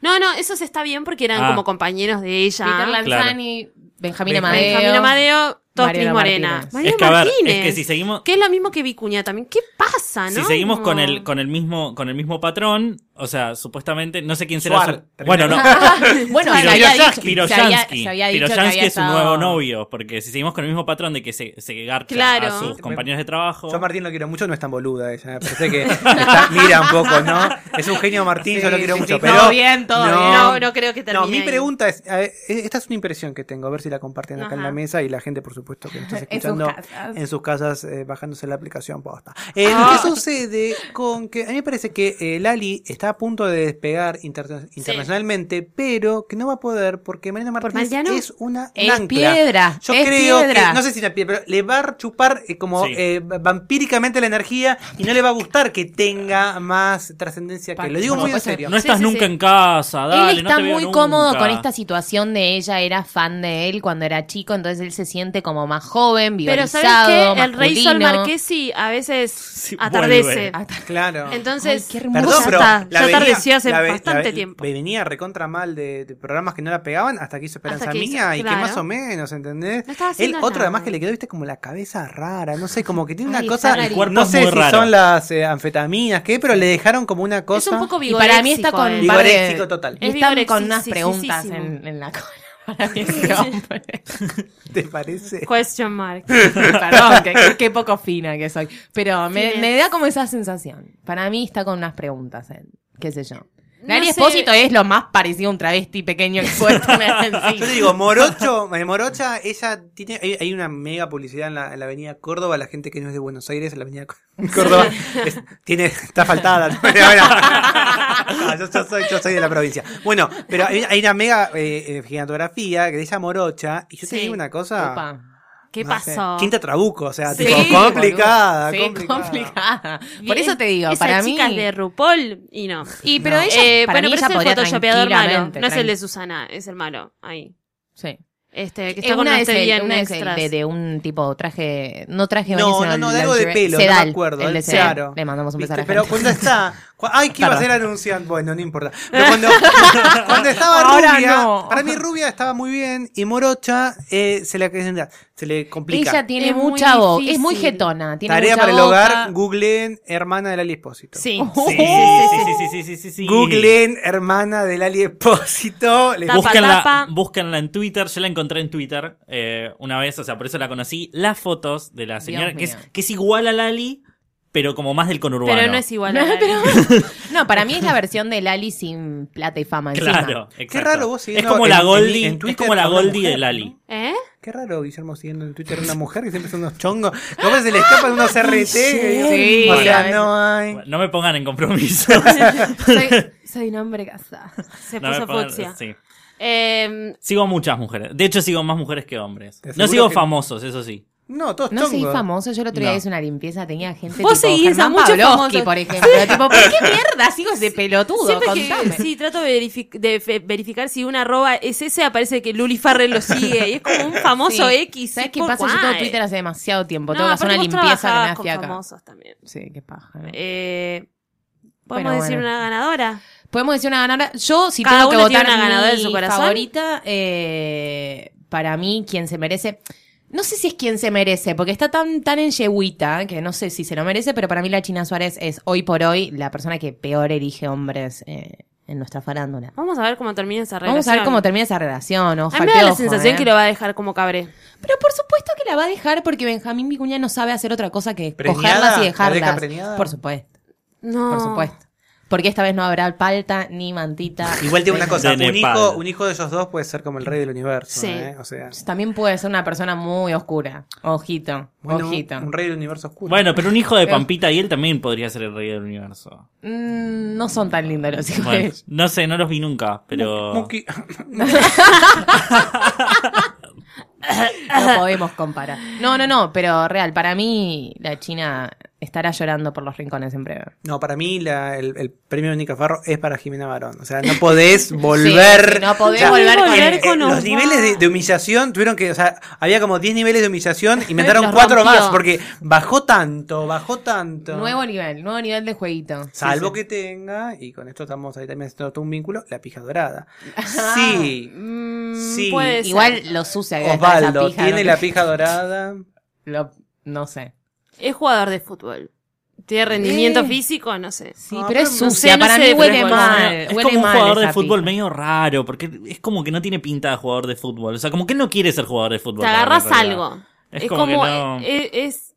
Speaker 7: No, no, esos está bien porque eran
Speaker 9: Ah.
Speaker 7: como compañeros de ella.
Speaker 8: Peter Lanzani, Benjamín Amadeo.
Speaker 7: Benjamín Amadeo, Toslis
Speaker 8: Mariana
Speaker 7: Morena.
Speaker 8: Martínez.
Speaker 7: Mariana
Speaker 9: es que a ver,
Speaker 7: Martínez.
Speaker 9: es que si seguimos.
Speaker 7: Que es lo mismo que Vicuña también. ¿Qué pasa, no?
Speaker 9: Si seguimos con
Speaker 7: Como-
Speaker 9: el, con el mismo, con el mismo patrón, o sea, supuestamente, no sé quién será
Speaker 10: Suar,
Speaker 9: su- Bueno, no.
Speaker 8: [LAUGHS] bueno, se había dicho,
Speaker 9: Piroyansky,
Speaker 8: se había, se había dicho que había
Speaker 9: Piroyansky es su nuevo
Speaker 8: estado- [LAUGHS]
Speaker 9: novio, porque si seguimos con el mismo patrón de que se, se garcha
Speaker 7: Claro.
Speaker 9: a sus compañeros de trabajo.
Speaker 10: Yo a Martín lo quiero mucho, no es tan boluda ella. Me parece que está- mira un poco, ¿no? Es un genio Martín, yo lo
Speaker 8: Sí,
Speaker 10: quiero
Speaker 8: sí,
Speaker 10: mucho.
Speaker 8: sí,
Speaker 10: pero
Speaker 8: todo bien, todo
Speaker 10: no,
Speaker 8: bien.
Speaker 7: No, no creo que termine
Speaker 10: No, mi
Speaker 7: ahí.
Speaker 10: pregunta es, a ver, e- esta es una impresión que tengo, a ver si la comparten acá en la
Speaker 7: Ajá.
Speaker 10: mesa y la gente, por supuesto, que nos
Speaker 7: [LAUGHS]
Speaker 10: está
Speaker 8: En sus
Speaker 10: escuchando
Speaker 8: casas.
Speaker 10: en sus casas eh, bajándose la aplicación posta. Eh,
Speaker 7: [LAUGHS] Ah.
Speaker 10: ¿Qué sucede con que a mí me parece que eh, Lali está a punto de despegar interna- internacionalmente, pero que no va a poder porque Mariana Martínez
Speaker 7: Mariano?
Speaker 10: es una
Speaker 8: Es
Speaker 10: nancla.
Speaker 8: piedra.
Speaker 10: Yo
Speaker 8: es
Speaker 10: creo
Speaker 8: piedra.
Speaker 10: que, no sé si una piedra, pero le va a chupar eh, como
Speaker 9: Sí.
Speaker 10: eh, vampíricamente la energía y no le va a gustar que tenga más trascendencia que él. Lo digo
Speaker 8: Por
Speaker 10: muy en
Speaker 8: supuesto.
Speaker 10: serio.
Speaker 9: no estás
Speaker 7: sí,
Speaker 9: nunca
Speaker 7: sí.
Speaker 9: en casa, dale,
Speaker 8: él
Speaker 9: no
Speaker 8: está
Speaker 9: te veo
Speaker 8: muy
Speaker 9: nunca.
Speaker 8: cómodo con esta situación de ella, era fan de él cuando era chico, entonces él se siente como más joven,
Speaker 7: Pero
Speaker 8: vigorizado,
Speaker 7: ¿sabes qué? El rey Sol
Speaker 8: masculino.
Speaker 7: Marquesi a veces
Speaker 9: Sí,
Speaker 7: atardece.
Speaker 9: vuelve.
Speaker 10: Claro.
Speaker 7: Entonces,
Speaker 8: Ay, qué hermoso.
Speaker 10: Perdón,
Speaker 7: ya
Speaker 10: pero la
Speaker 7: está, Ah, ya
Speaker 10: venía-
Speaker 7: atardeció hace
Speaker 10: la ve- la
Speaker 7: bastante
Speaker 10: ve-
Speaker 7: tiempo.
Speaker 10: Venía recontra mal de, de programas que no la pegaban hasta que hizo Esperanza
Speaker 7: Hasta que hizo,
Speaker 10: Mía y que
Speaker 7: claro.
Speaker 10: más o menos, ¿entendés?
Speaker 7: No estaba
Speaker 10: Él,
Speaker 7: haciendo
Speaker 10: otro
Speaker 7: nada.
Speaker 10: además que le quedó, viste, como la cabeza rara, no sé, como que tiene una
Speaker 8: Ay, está
Speaker 10: cosa,
Speaker 8: rarísimo.
Speaker 9: El cuerpo
Speaker 10: no
Speaker 9: es
Speaker 10: sé
Speaker 9: muy
Speaker 10: si
Speaker 9: raro.
Speaker 10: son las eh, anfetaminas, qué, pero le dejaron como una cosa.
Speaker 7: Es un poco
Speaker 8: Y para mí está
Speaker 7: vigoréxico
Speaker 8: con
Speaker 7: él.
Speaker 8: un par de-
Speaker 10: Vigoréxico total.
Speaker 8: y
Speaker 7: Es
Speaker 8: está con
Speaker 7: vigorexisísimo.
Speaker 8: unas preguntas en, en la cola. [LAUGHS] Para mí ese hombre.
Speaker 10: [LAUGHS] ¿Te parece?
Speaker 8: [LAUGHS]
Speaker 7: Question mark.
Speaker 8: Perdón, que- que- qué poco fina que soy. Pero me,
Speaker 7: Fines.
Speaker 8: me da como esa sensación. Para mí está con unas preguntas, él. qué sé yo.
Speaker 7: No
Speaker 8: Dani
Speaker 7: sé.
Speaker 8: Espósito es lo más parecido a un travesti pequeño que
Speaker 7: [LAUGHS]
Speaker 8: puede tener en sí.
Speaker 10: Yo le digo, Morocho, eh, [LAUGHS] Morocha, ella tiene, hay, hay una mega publicidad en la, en la avenida Córdoba, la gente que no es de Buenos Aires, en la avenida Có- Córdoba, es- tiene, está faltada. [LAUGHS] Bueno, bueno. Ah, yo, yo soy, yo soy de la provincia. Bueno, pero hay, hay una mega eh, eh, gigantografía que de ella Morocha, y yo te
Speaker 7: Sí.
Speaker 10: digo una cosa.
Speaker 8: Opa.
Speaker 7: ¿Qué
Speaker 10: no sé,
Speaker 7: pasó?
Speaker 10: Quinta Trabuco, o sea,
Speaker 8: Sí,
Speaker 10: tipo,
Speaker 8: boludo.
Speaker 10: complicada,
Speaker 8: Sí,
Speaker 10: complicada.
Speaker 8: complicada.
Speaker 7: Bien,
Speaker 8: Por eso te digo,
Speaker 7: esa
Speaker 8: para mí.
Speaker 7: chica es de RuPaul y no.
Speaker 8: Y pero ella,
Speaker 7: Eh,
Speaker 8: para
Speaker 7: bueno,
Speaker 8: mí ella
Speaker 7: pero es el
Speaker 8: podría
Speaker 7: photoshopeador malo.
Speaker 8: tranquilamente,
Speaker 7: No es el de
Speaker 8: tranqui-
Speaker 7: Susana, es el malo. Ahí.
Speaker 8: Sí.
Speaker 7: Este, que
Speaker 8: Eh,
Speaker 7: está con
Speaker 8: una
Speaker 7: una
Speaker 8: es, el-
Speaker 7: bien
Speaker 8: una es el
Speaker 7: extras.
Speaker 8: de, de un tipo traje. No traje
Speaker 10: No,
Speaker 8: baño,
Speaker 10: no,
Speaker 8: sino
Speaker 10: no, de algo de
Speaker 8: lingerie.
Speaker 10: pelo, no me
Speaker 8: Sedal,
Speaker 10: acuerdo,
Speaker 8: El de
Speaker 10: ¿eh?
Speaker 8: Sedal.
Speaker 10: Claro.
Speaker 8: Le mandamos un
Speaker 10: ¿Viste?
Speaker 8: beso a la
Speaker 10: Pero
Speaker 8: gente.
Speaker 10: cuando está. cu- Ay, que iba a ser
Speaker 8: Perdón.
Speaker 10: anunciante. Bueno, no importa. Pero cuando, [LAUGHS] cuando estaba
Speaker 8: Ahora
Speaker 10: rubia.
Speaker 8: no.
Speaker 10: Para mí, rubia estaba muy bien. Y morocha eh, se, le, se le complica.
Speaker 8: Ella tiene
Speaker 7: Es muy
Speaker 8: mucha voz. Es
Speaker 7: difícil.
Speaker 8: muy getona. Tiene
Speaker 10: Tarea
Speaker 8: mucha
Speaker 10: para el
Speaker 8: boca.
Speaker 10: hogar: googleen hermana de Lali
Speaker 8: [LAUGHS]
Speaker 10: Espósito.
Speaker 7: Sí.
Speaker 9: Sí, sí, sí, sí, sí, sí, sí.
Speaker 10: Googleen hermana de Lali Espósito. Les-
Speaker 7: Tapa,
Speaker 9: Búsquenla,
Speaker 7: tapa.
Speaker 9: búsquenla en Twitter, yo la encontré en Twitter eh, una vez, o sea, por eso la conocí. Las fotos de la señora,
Speaker 8: Dios
Speaker 9: que es,
Speaker 8: mío.
Speaker 9: que es igual a Lali, pero como más del conurbano.
Speaker 7: Pero no es igual. a
Speaker 8: No,
Speaker 7: Lali.
Speaker 8: pero- no, para mí es la versión de Lali sin plata y fama. encima.
Speaker 9: Claro, exacto.
Speaker 10: Qué raro vos
Speaker 9: Es
Speaker 10: siguiendo
Speaker 9: como
Speaker 10: en-
Speaker 9: la
Speaker 10: en-
Speaker 9: Goldie,
Speaker 10: en
Speaker 9: es
Speaker 10: Twitter
Speaker 9: como
Speaker 10: a
Speaker 9: la
Speaker 10: una
Speaker 9: Goldie de
Speaker 10: mujer,
Speaker 9: Lali.
Speaker 7: ¿Eh?
Speaker 10: Qué raro, Guillermo, siguiendo en Twitter a una mujer que siempre son unos chongos. Capaz se le escapan unos RT.
Speaker 8: Sí.
Speaker 10: o sea,
Speaker 8: Sí.
Speaker 10: no hay.
Speaker 9: Bueno, No me pongan en [LAUGHS] compromiso.
Speaker 8: Soy, soy un hombre casado.
Speaker 7: Se
Speaker 9: No me
Speaker 7: puso
Speaker 9: pongan-
Speaker 10: este
Speaker 7: fucsia.
Speaker 9: sí.
Speaker 7: Eh,
Speaker 9: Sigo a muchas mujeres. De hecho, sigo más mujeres que hombres.
Speaker 10: Te
Speaker 9: No
Speaker 10: aseguro
Speaker 9: sigo
Speaker 10: que-
Speaker 9: famosos, eso sí.
Speaker 10: No, todos
Speaker 8: No
Speaker 10: chongos.
Speaker 8: soy famoso. Yo el otro día
Speaker 9: No.
Speaker 8: hice una limpieza. Tenía gente
Speaker 7: Vos
Speaker 8: tipo
Speaker 7: seguís a
Speaker 8: Germán
Speaker 7: muchos
Speaker 8: Pavlovsky,
Speaker 7: famosos.
Speaker 8: por ejemplo. Tipo, ¿por qué mierda sigo ese pelotudo?
Speaker 7: siempre que-
Speaker 8: Contame.
Speaker 7: sí, trato de, verifi- de fe- verificar si una arroba es ese, aparece que Luli Farrell lo sigue. Y es como un famoso
Speaker 8: Sí.
Speaker 7: X.
Speaker 8: ¿Sabes qué
Speaker 7: tipo,
Speaker 8: pasa? Yo
Speaker 7: guay.
Speaker 8: tengo Twitter hace demasiado tiempo.
Speaker 7: No,
Speaker 8: tengo que hacer una
Speaker 7: aparte vos
Speaker 8: limpieza que me
Speaker 7: trabajabas
Speaker 8: hace
Speaker 7: con
Speaker 8: acá.
Speaker 7: famosos también.
Speaker 8: Sí, qué paja. ¿no?
Speaker 7: Eh,
Speaker 8: Bueno,
Speaker 7: ¿Podemos decir
Speaker 8: bueno.
Speaker 7: una ganadora?
Speaker 8: Podemos decir una ganadora. Yo, si
Speaker 7: Cada
Speaker 8: tengo que
Speaker 7: uno tiene
Speaker 8: votar
Speaker 7: una ganadora
Speaker 8: mi
Speaker 7: en su corazón.
Speaker 8: favorita, eh, para mí, quien se merece. No sé si es quien se merece, porque está tan, tan en yeguita que no sé si se lo merece, pero para mí la China Suárez es hoy por hoy la persona que peor erige hombres eh, en nuestra farándula.
Speaker 7: Vamos a ver cómo termina esa relación.
Speaker 8: Vamos a ver cómo termina esa relación.
Speaker 7: A
Speaker 8: Ojo,
Speaker 7: mí
Speaker 8: al
Speaker 7: me da la
Speaker 8: piojo,
Speaker 7: sensación
Speaker 8: eh.
Speaker 7: que lo va a dejar como cabré.
Speaker 8: Pero por supuesto que la va a dejar porque Benjamín Vicuña no sabe hacer otra cosa que
Speaker 10: ¿Preñada?
Speaker 8: cogerlas y
Speaker 10: ¿La deja
Speaker 8: dejarlas.
Speaker 10: preñada?
Speaker 8: Por supuesto,
Speaker 7: No.
Speaker 8: por supuesto. Porque esta vez no habrá palta ni mantita.
Speaker 10: Igual te digo una cosa,
Speaker 9: De
Speaker 10: un
Speaker 9: Nepal.
Speaker 10: hijo, un hijo de ellos dos puede ser como el rey del universo,
Speaker 7: Sí.
Speaker 10: ¿eh? O sea,
Speaker 8: También puede ser una persona muy oscura. Ojito,
Speaker 10: bueno,
Speaker 8: ojito.
Speaker 10: un rey del universo oscuro.
Speaker 9: Bueno, pero un hijo de Pampita y él también podría ser el rey del universo.
Speaker 8: Mm, no son tan lindos los hijos. de
Speaker 9: Bueno,
Speaker 8: ellos.
Speaker 9: no sé, no los vi nunca, pero.
Speaker 10: Muki-
Speaker 8: No podemos comparar. No, no, no, pero real, para mí la China estará llorando por los rincones en breve.
Speaker 10: No, para mí la- el, el premio de Nica Farro es para Jimena Barón. O sea, no
Speaker 8: [LAUGHS]
Speaker 10: podés volver.
Speaker 8: sí, no podés
Speaker 10: o sea,
Speaker 8: volver con
Speaker 10: eh,
Speaker 8: él.
Speaker 10: eh, Los
Speaker 7: Oba.
Speaker 10: niveles de, de humillación tuvieron que. O sea, había como 10 niveles de humillación y inventaron
Speaker 8: Los
Speaker 10: 4
Speaker 8: rompió.
Speaker 10: más porque bajó tanto, bajó tanto.
Speaker 8: Nuevo nivel, nuevo nivel de jueguito.
Speaker 10: Salvo
Speaker 8: Sí, sí.
Speaker 10: que tenga, y con esto estamos ahí también haciendo todo un vínculo, la pija dorada.
Speaker 8: Ah,
Speaker 10: Sí,
Speaker 7: Mm,
Speaker 10: Sí.
Speaker 7: puede ser.
Speaker 8: Igual lo sucia que debe estar esa
Speaker 10: Osvaldo,
Speaker 8: pija,
Speaker 10: ¿tiene
Speaker 8: ¿no?
Speaker 10: la pija dorada?
Speaker 8: Lo- no sé.
Speaker 7: Es jugador de fútbol. Tiene rendimiento
Speaker 8: Eh.
Speaker 7: físico, no sé.
Speaker 8: Sí,
Speaker 10: Ah,
Speaker 8: pero es
Speaker 10: pero
Speaker 7: no
Speaker 8: sucia.
Speaker 7: sé, no
Speaker 8: para
Speaker 7: sé,
Speaker 8: mí
Speaker 7: pero
Speaker 8: huele
Speaker 7: es
Speaker 8: mal.
Speaker 9: Es
Speaker 8: huele
Speaker 9: como un
Speaker 8: mal
Speaker 9: jugador
Speaker 8: esa
Speaker 9: de fútbol
Speaker 8: pija.
Speaker 9: medio raro, porque es como que no tiene pinta de jugador de fútbol. O sea, como que él no quiere ser jugador de fútbol.
Speaker 7: Te
Speaker 9: la
Speaker 7: agarras
Speaker 9: verdad.
Speaker 7: algo.
Speaker 9: Es
Speaker 7: Es,
Speaker 9: como
Speaker 7: como.
Speaker 9: que no-
Speaker 7: eh, es,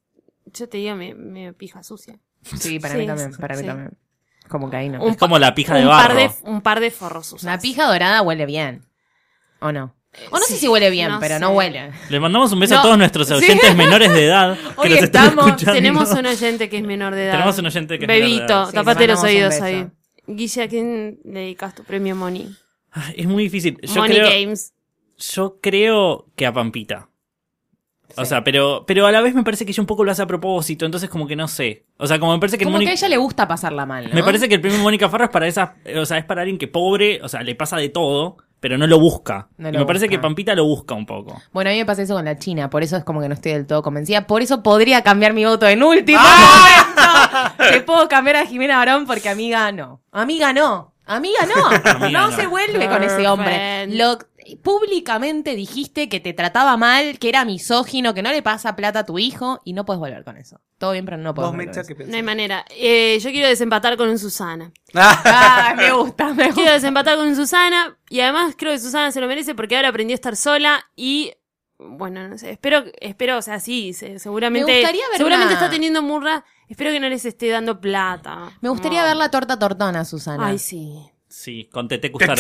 Speaker 7: yo te digo, me, me pija sucia.
Speaker 8: Sí, para
Speaker 7: Sí,
Speaker 8: mí también, para mí
Speaker 7: sí.
Speaker 8: también. Como que ahí no.
Speaker 7: Un
Speaker 9: Es como la pija de
Speaker 7: un,
Speaker 9: barro.
Speaker 7: par de, un par de forros sucios.
Speaker 8: La pija dorada huele bien. ¿O no? O no
Speaker 7: sí,
Speaker 8: sé si huele bien,
Speaker 7: no
Speaker 8: pero
Speaker 7: sé.
Speaker 8: no huele.
Speaker 9: Le mandamos un beso
Speaker 8: No.
Speaker 9: a todos nuestros
Speaker 8: Sí.
Speaker 9: oyentes menores de
Speaker 8: [LAUGHS]
Speaker 9: edad que
Speaker 8: Hoy
Speaker 9: nos están
Speaker 8: estamos-
Speaker 9: escuchando.
Speaker 7: Tenemos un oyente que es menor de edad.
Speaker 9: Tenemos un oyente que es
Speaker 7: Bebito,
Speaker 9: menor de edad.
Speaker 8: Sí,
Speaker 7: tapate
Speaker 8: le
Speaker 7: los
Speaker 8: mandamos
Speaker 7: oídos
Speaker 8: un
Speaker 7: ahí.
Speaker 8: beso.
Speaker 7: Guille, ¿a quién le dedicas tu premio Money?
Speaker 9: Ay, Es muy difícil. Yo
Speaker 7: Money
Speaker 9: creo,
Speaker 7: Games.
Speaker 9: yo creo que a Pampita. O sea, pero, pero a la vez me parece que ella un poco lo hace a propósito, entonces como que no sé. O sea, como me parece que
Speaker 8: Como que
Speaker 9: Mónica-
Speaker 8: a ella le gusta pasarla mal, ¿no?
Speaker 9: Me parece que el premio Mónica Farro es para esas, o sea, es para alguien que pobre, o sea, le pasa de todo, pero no lo busca.
Speaker 8: Ah, No
Speaker 9: Y
Speaker 8: lo
Speaker 9: me parece
Speaker 8: busca.
Speaker 9: que Pampita lo busca un poco.
Speaker 8: Bueno, a mí me pasa eso con la China, por eso es como que no estoy del todo convencida. Por eso podría cambiar mi voto en último momento. Te puedo cambiar a Jimena Barón porque amiga no. Amiga no. Amiga no.
Speaker 9: Amiga
Speaker 8: no,
Speaker 9: no.
Speaker 8: se vuelve con ese hombre.
Speaker 7: Perfecto.
Speaker 8: Lo, públicamente dijiste que te trataba mal, que era misógino, que no le pasa plata a tu hijo y no puedes volver con eso. Todo bien, pero no puedes
Speaker 10: Vos,
Speaker 8: volver
Speaker 10: Mecha,
Speaker 8: con [LAUGHS]
Speaker 10: ¿qué
Speaker 8: eso.
Speaker 7: No hay
Speaker 10: pensás?
Speaker 7: manera. Eh, yo quiero desempatar con un Susana.
Speaker 8: Ah, me gusta,
Speaker 7: [LAUGHS]
Speaker 8: me gusta.
Speaker 7: Quiero desempatar con Susana y además creo que Susana se lo merece porque ahora aprendió a estar sola y bueno, no sé, espero, espero, o sea, sí, se- seguramente,
Speaker 8: Me gustaría verla.
Speaker 7: seguramente está teniendo murra, espero que no les esté dando plata.
Speaker 8: Me gustaría
Speaker 7: Como-
Speaker 8: ver la torta tortona, Susana. [LAUGHS]
Speaker 7: Ay, sí.
Speaker 9: Sí, con Tete Custarot.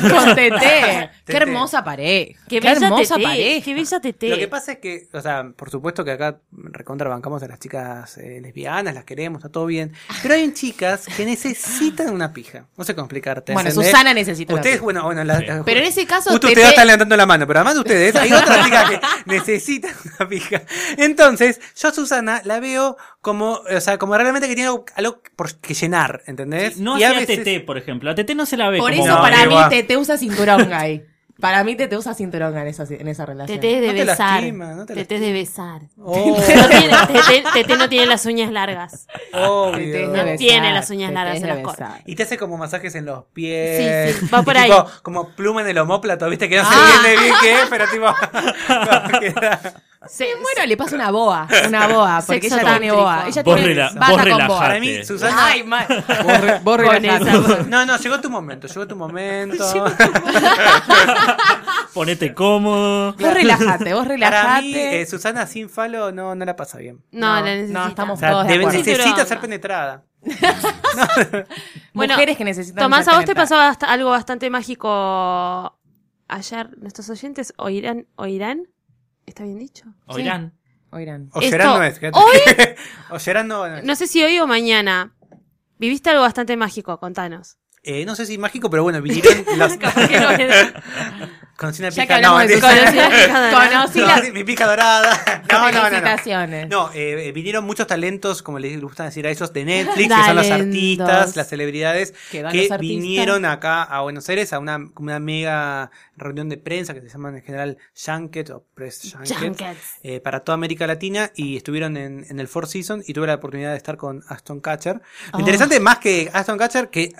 Speaker 8: Con Teté. Qué
Speaker 10: Teté.
Speaker 8: hermosa pareja. Qué,
Speaker 7: Qué, bella
Speaker 8: hermosa
Speaker 7: teté,
Speaker 8: pareja.
Speaker 7: qué bella teté.
Speaker 10: Lo que pasa es que, o sea, por supuesto que acá recontrabancamos a las chicas eh, lesbianas, las queremos, está todo bien. Pero hay chicas que necesitan una pija. No sé cómo explicarte.
Speaker 8: Ah, Bueno,
Speaker 10: ¿entendés?
Speaker 8: Susana necesita una
Speaker 10: Ustedes,
Speaker 8: pija.
Speaker 10: bueno, bueno, las-
Speaker 9: Sí.
Speaker 10: las-
Speaker 8: Pero en ese caso,
Speaker 10: Justo
Speaker 8: Teté-
Speaker 10: ustedes están levantando la mano, pero además de ustedes, hay otras chicas que
Speaker 8: [LAUGHS]
Speaker 10: necesitan una pija. Entonces, yo a Susana la veo como, o sea, como realmente que tiene algo, algo por que llenar, ¿entendés?
Speaker 9: No este
Speaker 10: Y a
Speaker 9: hacía
Speaker 10: veces-
Speaker 9: Tete, por ejemplo. A Tete no se la ve
Speaker 8: Por
Speaker 9: como
Speaker 8: eso
Speaker 10: No,
Speaker 8: para
Speaker 10: ahí
Speaker 8: mí
Speaker 10: va.
Speaker 8: Teté usa cinturón, gay. Para mí te te usa cinturón en esa, en esa relación.
Speaker 7: Tetés de
Speaker 8: No te
Speaker 7: besar.
Speaker 8: lastima, no te
Speaker 7: Tetés
Speaker 8: [LAUGHS]
Speaker 7: de besar.
Speaker 8: Oh.
Speaker 7: No tiene- Teté- Teté no tiene las uñas largas.
Speaker 10: Obvio.
Speaker 7: No tiene las uñas largas, se las corta.
Speaker 10: oh, Y te hace como masajes en los pies.
Speaker 7: Sí, sí, va por
Speaker 8: Eh,
Speaker 10: Y
Speaker 7: ahí.
Speaker 10: tipo, como pluma en el homóplato, viste que no se
Speaker 8: Ah.
Speaker 10: entiende bien qué es, pero tipo. [LAUGHS]
Speaker 7: Se,
Speaker 8: bueno, le pasa una boa. Una boa, porque
Speaker 7: Sexo
Speaker 8: ella tiene
Speaker 7: tántrico.
Speaker 8: boa. Ella
Speaker 9: Vos
Speaker 8: tiene
Speaker 9: rela- vos
Speaker 8: bata con boa.
Speaker 9: relajate.
Speaker 10: Para mí, Susana.
Speaker 8: Ay, mal. Vos, re- vos relajate.
Speaker 10: No, no, llegó tu momento, llegó tu momento.
Speaker 9: Ponete cómodo.
Speaker 8: Vos relajate, vos
Speaker 10: Para mí,
Speaker 8: relajate.
Speaker 10: eh, Susana sin falo no, no la pasa bien.
Speaker 7: No,
Speaker 8: No,
Speaker 7: la
Speaker 8: no,
Speaker 7: necesita.
Speaker 8: estamos
Speaker 10: O sea,
Speaker 8: Todos de
Speaker 10: debe-
Speaker 8: acuerdo.
Speaker 10: necesita
Speaker 7: Cinturón.
Speaker 10: ser penetrada.
Speaker 7: Bueno,
Speaker 8: Mujeres que necesitan.
Speaker 7: Tomás,
Speaker 8: ser
Speaker 7: a vos te
Speaker 8: penetradas.
Speaker 7: pasó bast- algo bastante mágico ayer. Nuestros oyentes oirán, oirán, ¿está bien dicho?
Speaker 9: Oirán.
Speaker 8: Oirán. [LAUGHS]
Speaker 10: O
Speaker 7: Esto-
Speaker 10: llorando no es. gente. [LAUGHS]
Speaker 7: hoy-
Speaker 10: o llorando no es.
Speaker 7: No sé si hoy o mañana. Viviste algo bastante mágico, contanos.
Speaker 10: Eh, no sé si mágico, pero
Speaker 9: [LAUGHS]
Speaker 10: bueno, vinieron las.
Speaker 7: Capaz que
Speaker 10: [LAUGHS]
Speaker 7: no es-
Speaker 10: Conocí una
Speaker 8: Ya que
Speaker 10: pija. No,
Speaker 8: hablamos de
Speaker 10: mentira.
Speaker 8: conocí, conocí
Speaker 7: conocí una pija dorada.
Speaker 10: No,
Speaker 8: las
Speaker 10: sí, mi pija dorada. No, no, no. no.
Speaker 8: felicitaciones.
Speaker 10: No, eh, eh, vinieron muchos talentos, como les gusta decir a esos, de
Speaker 7: [LAUGHS]
Speaker 10: Netflix, que son los
Speaker 7: Talentos.
Speaker 10: artistas, las celebridades,
Speaker 8: Que van
Speaker 10: que
Speaker 8: los artistas.
Speaker 10: vinieron acá a Buenos Aires a una, una mega reunión de prensa que se llaman en general Junket o Press Junket,
Speaker 7: Junkets.
Speaker 10: eh, para toda América Latina y estuvieron en, en el Four Seasons y tuve la oportunidad de estar con Aston Catcher. Lo
Speaker 7: Oh.
Speaker 10: interesante más que Aston Catcher, que eh,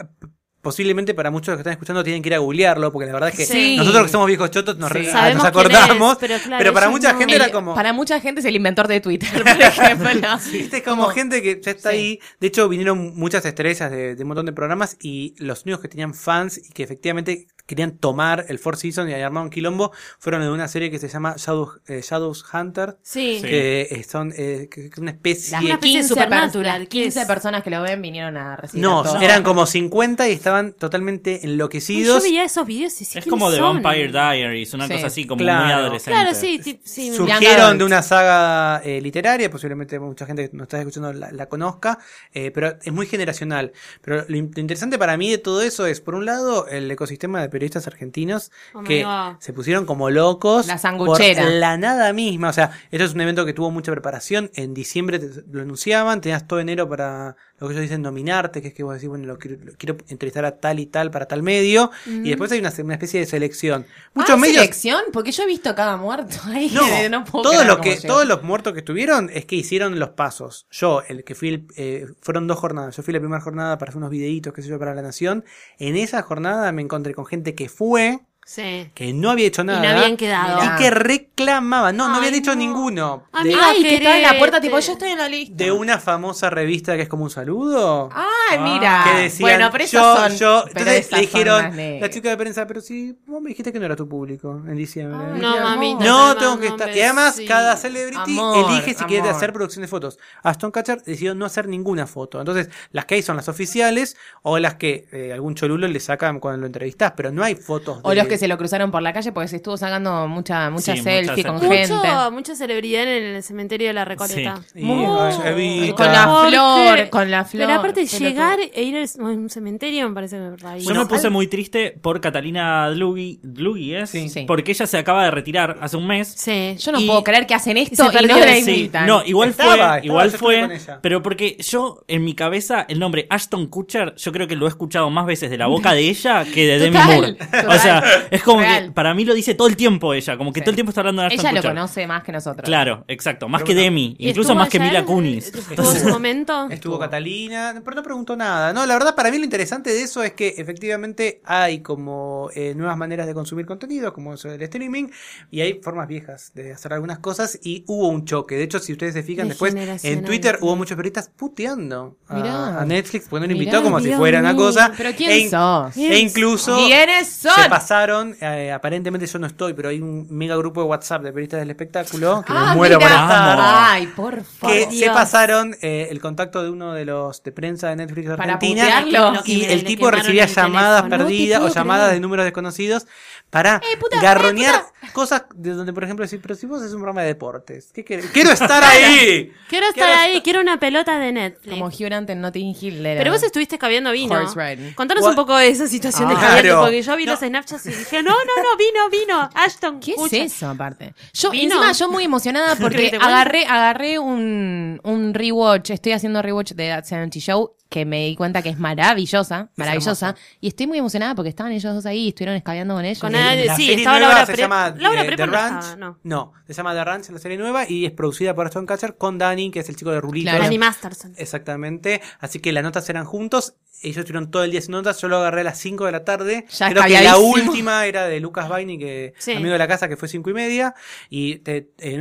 Speaker 10: posiblemente para muchos que están escuchando tienen que ir a googlearlo, porque la verdad es que
Speaker 8: Sí.
Speaker 10: nosotros que somos viejos chotos nos,
Speaker 8: Sí.
Speaker 10: re-
Speaker 7: Sabemos
Speaker 10: nos
Speaker 7: quién es,
Speaker 10: acordamos,
Speaker 7: pero claro,
Speaker 10: pero para
Speaker 7: ellos
Speaker 10: mucha
Speaker 7: no.
Speaker 10: gente
Speaker 8: El-
Speaker 10: era como...
Speaker 8: Para mucha gente es el inventor de
Speaker 10: [LAUGHS]
Speaker 8: Twitter, por ejemplo.
Speaker 10: Viste, es como gente que ya está
Speaker 8: Sí.
Speaker 10: ahí. De hecho, vinieron muchas estrellas de, de un montón de programas y los únicos que tenían fans y que efectivamente querían tomar el Four Seasons y armar un quilombo fueron de una serie que se llama Shadow- eh, Shadows Hunter,
Speaker 7: Sí.
Speaker 9: Sí.
Speaker 10: que eh, son eh, que- que una especie...
Speaker 8: Las
Speaker 7: Una especie de
Speaker 8: 15,
Speaker 7: Supernatural,
Speaker 8: las
Speaker 7: ¿qué es?
Speaker 8: 15 personas que lo ven vinieron a recibir.
Speaker 10: No,
Speaker 8: a todos.
Speaker 10: eran como 50 y estaban totalmente
Speaker 7: Ay, Yo
Speaker 10: enloquecidos.
Speaker 7: veía esos videos y sí,
Speaker 9: Es como The Vampire
Speaker 7: Diaries.
Speaker 9: Diaries, una
Speaker 8: Sí.
Speaker 9: cosa así, como muy
Speaker 10: Claro.
Speaker 9: adolescente.
Speaker 7: Claro, sí, ti- sí. me-
Speaker 8: Surge-
Speaker 10: surgieron de
Speaker 8: Adults.
Speaker 10: una saga eh, literaria, posiblemente mucha gente que nos está escuchando la, la conozca, eh, pero es muy generacional. Pero lo, in- lo interesante para mí de todo eso es, por un lado, el ecosistema de periodistas argentinos
Speaker 7: Oh my
Speaker 10: que
Speaker 7: God.
Speaker 10: se pusieron como locos
Speaker 8: La sanguchera.
Speaker 10: por la nada misma. O sea, esto es un evento que tuvo mucha preparación. En diciembre te- lo anunciaban, tenías todo enero para lo que ellos dicen nominarte, que es que vos decís, bueno, lo quiero, lo quiero entrevistar a tal y tal para tal medio. Y después hay una, se- una especie de selección. Muchos
Speaker 8: ¿Ah,
Speaker 10: medios
Speaker 8: selección? Porque yo he visto cada muerto [LAUGHS] ahí.
Speaker 10: no,
Speaker 8: no puedo
Speaker 10: todo
Speaker 8: creer
Speaker 10: lo
Speaker 8: cómo
Speaker 10: que,
Speaker 8: llegó.
Speaker 10: todos los muertos que estuvieron es que hicieron los pasos. Yo, el que fui, el- eh, fueron dos jornadas. Yo fui la primera jornada para hacer unos videitos, qué sé yo, para la Nación. En esa jornada me encontré con gente que fue,
Speaker 7: Sí.
Speaker 10: que no había hecho
Speaker 7: Y no
Speaker 10: nada.
Speaker 7: habían quedado.
Speaker 8: Mirá.
Speaker 10: y que reclamaba. No, no
Speaker 7: Ay,
Speaker 10: habían hecho
Speaker 7: no.
Speaker 10: ninguno. De,
Speaker 7: Amiga,
Speaker 8: Ay, que estaba en la puerta,
Speaker 7: querete.
Speaker 8: tipo, yo estoy en la lista.
Speaker 10: de una famosa revista que es como un saludo. Ah,
Speaker 8: Ay, mira.
Speaker 10: que decían,
Speaker 8: bueno, pero esas
Speaker 10: yo,
Speaker 8: son.
Speaker 10: yo,
Speaker 8: pero
Speaker 10: entonces
Speaker 8: esas
Speaker 10: le
Speaker 8: son
Speaker 10: dijeron,
Speaker 8: las negras.
Speaker 10: la chica de prensa, pero si vos me dijiste que no era tu público en diciembre.
Speaker 8: Ay,
Speaker 7: No, mamita.
Speaker 10: No,
Speaker 7: te
Speaker 10: tengo
Speaker 7: mando
Speaker 10: que
Speaker 7: un
Speaker 10: estar. Y además,
Speaker 7: besito.
Speaker 10: cada celebrity
Speaker 8: Amor,
Speaker 10: elige si quiere
Speaker 8: amor.
Speaker 10: hacer producción de fotos. Aston Catcher decidió no hacer ninguna foto. Entonces, las que hay son las oficiales o las que eh, algún cholulo le sacan cuando lo entrevistás, pero no hay fotos.
Speaker 8: O
Speaker 10: de-
Speaker 8: los que se lo cruzaron por la calle porque se estuvo sacando mucha, mucha
Speaker 9: Sí, mucha
Speaker 8: selfie con
Speaker 9: selfie.
Speaker 8: gente.
Speaker 7: Mucho, mucha celebridad en el cementerio de la Recoleta.
Speaker 9: Sí.
Speaker 10: Sí,
Speaker 8: Mucho.
Speaker 10: ay, Evita.
Speaker 8: Con la
Speaker 7: Porque-
Speaker 8: flor, con la flor.
Speaker 7: Pero aparte,
Speaker 8: Pelotudo.
Speaker 7: llegar e ir a un cementerio me parece raíz.
Speaker 9: Yo me puse muy triste por Catalina Dlugi, Dlugi ¿es?
Speaker 8: Sí. Sí.
Speaker 9: Porque ella se acaba de retirar hace un mes.
Speaker 7: Sí.
Speaker 8: Yo no
Speaker 9: Y-
Speaker 8: puedo creer que hacen esto
Speaker 7: se
Speaker 8: y no
Speaker 7: perdió.
Speaker 8: la
Speaker 9: Sí,
Speaker 8: invitan.
Speaker 9: no, igual
Speaker 10: Estaba,
Speaker 9: fue,
Speaker 10: estaba,
Speaker 9: igual
Speaker 10: yo estuve con
Speaker 9: fue,
Speaker 10: ella.
Speaker 9: pero porque yo en mi cabeza el nombre Ashton Kutcher, yo creo que lo he escuchado más veces de la boca de ella que de Demi
Speaker 8: Total,
Speaker 9: Moore.
Speaker 8: total.
Speaker 9: O sea, es como
Speaker 8: Real.
Speaker 9: que para mí lo dice todo el tiempo ella, como que
Speaker 8: Sí.
Speaker 9: todo el tiempo está hablando de Ashton
Speaker 8: Ella lo
Speaker 9: Kutcher.
Speaker 8: conoce más que nosotros.
Speaker 9: Claro, exacto, más
Speaker 10: Pero
Speaker 9: que
Speaker 10: bueno.
Speaker 9: Demi,
Speaker 7: ¿Y
Speaker 9: incluso
Speaker 7: estuvo
Speaker 9: más que
Speaker 7: ayer?
Speaker 9: Mila Kunis. [LAUGHS]
Speaker 7: ¿Estuvo en su momento?
Speaker 10: Estuvo Catalina, pero no preguntó nada. No, la verdad, para mí lo interesante de eso es que efectivamente hay como eh, nuevas maneras de consumir contenido, como eso del streaming, y hay formas viejas de hacer algunas cosas, y hubo un choque. De hecho, si ustedes se fijan
Speaker 7: De
Speaker 10: después, en
Speaker 7: generacional.
Speaker 10: Twitter hubo muchos periodistas puteando a,
Speaker 8: Mirá.
Speaker 10: a Netflix, porque no Ah, lo
Speaker 8: Mirá,
Speaker 10: invitó como si
Speaker 7: Dios
Speaker 10: fuera una
Speaker 7: mío.
Speaker 10: cosa.
Speaker 8: Pero ¿quién
Speaker 10: e in-
Speaker 8: sos?
Speaker 10: E incluso
Speaker 8: ¿Quiénes son?
Speaker 10: se pasaron, eh, aparentemente yo no estoy, pero hay un mega grupo de WhatsApp de periodistas del espectáculo, que me
Speaker 8: Ah,
Speaker 10: muero
Speaker 8: mira.
Speaker 10: para estar
Speaker 8: Ay, por favor.
Speaker 10: que
Speaker 7: Por
Speaker 10: se
Speaker 7: Dios.
Speaker 10: pasaron eh, el contacto de uno de los de prensa de Netflix
Speaker 8: Para
Speaker 10: Argentina
Speaker 8: putearlo.
Speaker 7: Que
Speaker 10: y
Speaker 7: me-
Speaker 10: el
Speaker 7: le
Speaker 10: tipo
Speaker 7: quemaron
Speaker 10: recibía
Speaker 7: el
Speaker 10: llamadas
Speaker 7: teléfono. No te
Speaker 10: perdidas o
Speaker 7: puedo
Speaker 10: llamadas
Speaker 7: creer.
Speaker 10: de números desconocidos para
Speaker 7: Eh,
Speaker 8: puta,
Speaker 10: garronear cosas de donde por ejemplo decir pero si vos es un programa de deportes ¿qué querés?
Speaker 7: [LAUGHS]
Speaker 10: quiero estar ahí
Speaker 7: Quiero estar
Speaker 10: Quiero
Speaker 7: ahí, quiero una pelota de Netflix.
Speaker 8: Como Hugh en Notting Hill. era.
Speaker 7: Pero vos estuviste caviando vino.
Speaker 8: Horse riding.
Speaker 7: Contanos
Speaker 10: Gua-
Speaker 7: un poco de esa situación de
Speaker 10: Ah.
Speaker 7: caviando,
Speaker 10: Claro.
Speaker 7: porque yo vi
Speaker 10: No.
Speaker 7: los snapshots y dije, no, no, no, vino, vino, Ashton.
Speaker 8: ¿Qué es
Speaker 7: Kutcher".
Speaker 8: eso aparte? Yo
Speaker 7: Vino.
Speaker 8: encima yo muy
Speaker 7: [LAUGHS]
Speaker 8: emocionada
Speaker 7: ¿Crees que
Speaker 8: porque
Speaker 7: te cuento?
Speaker 8: agarré agarré un, un rewatch, estoy haciendo rewatch de That 70 Show que me di cuenta que es maravillosa, maravillosa. y estoy muy emocionada porque estaban ellos dos ahí, estuvieron escabeando con ellos.
Speaker 7: Con
Speaker 8: Y-
Speaker 7: Ale-
Speaker 10: La
Speaker 7: sí,
Speaker 10: serie
Speaker 7: estaba
Speaker 10: nueva
Speaker 7: Laura
Speaker 10: se
Speaker 7: Pre-
Speaker 10: llama eh,
Speaker 7: Laura
Speaker 10: The
Speaker 7: Prepon no
Speaker 10: Ranch.
Speaker 7: estaba, no.
Speaker 10: se llama The Ranch, la serie nueva, y es producida por Aston Catcher con Dani, que es el chico de Rulito.
Speaker 8: Claro.
Speaker 7: Danny Masterson.
Speaker 10: Exactamente. Así que las notas eran juntos. Ellos estuvieron todo el día haciendo notas. Yo lo agarré a las 5 de la tarde.
Speaker 8: Ya
Speaker 10: Creo que la
Speaker 8: escabiadísimo.
Speaker 10: última era de Lucas Baini, que
Speaker 7: Sí.
Speaker 10: amigo de la casa, que fue 5 y media. Y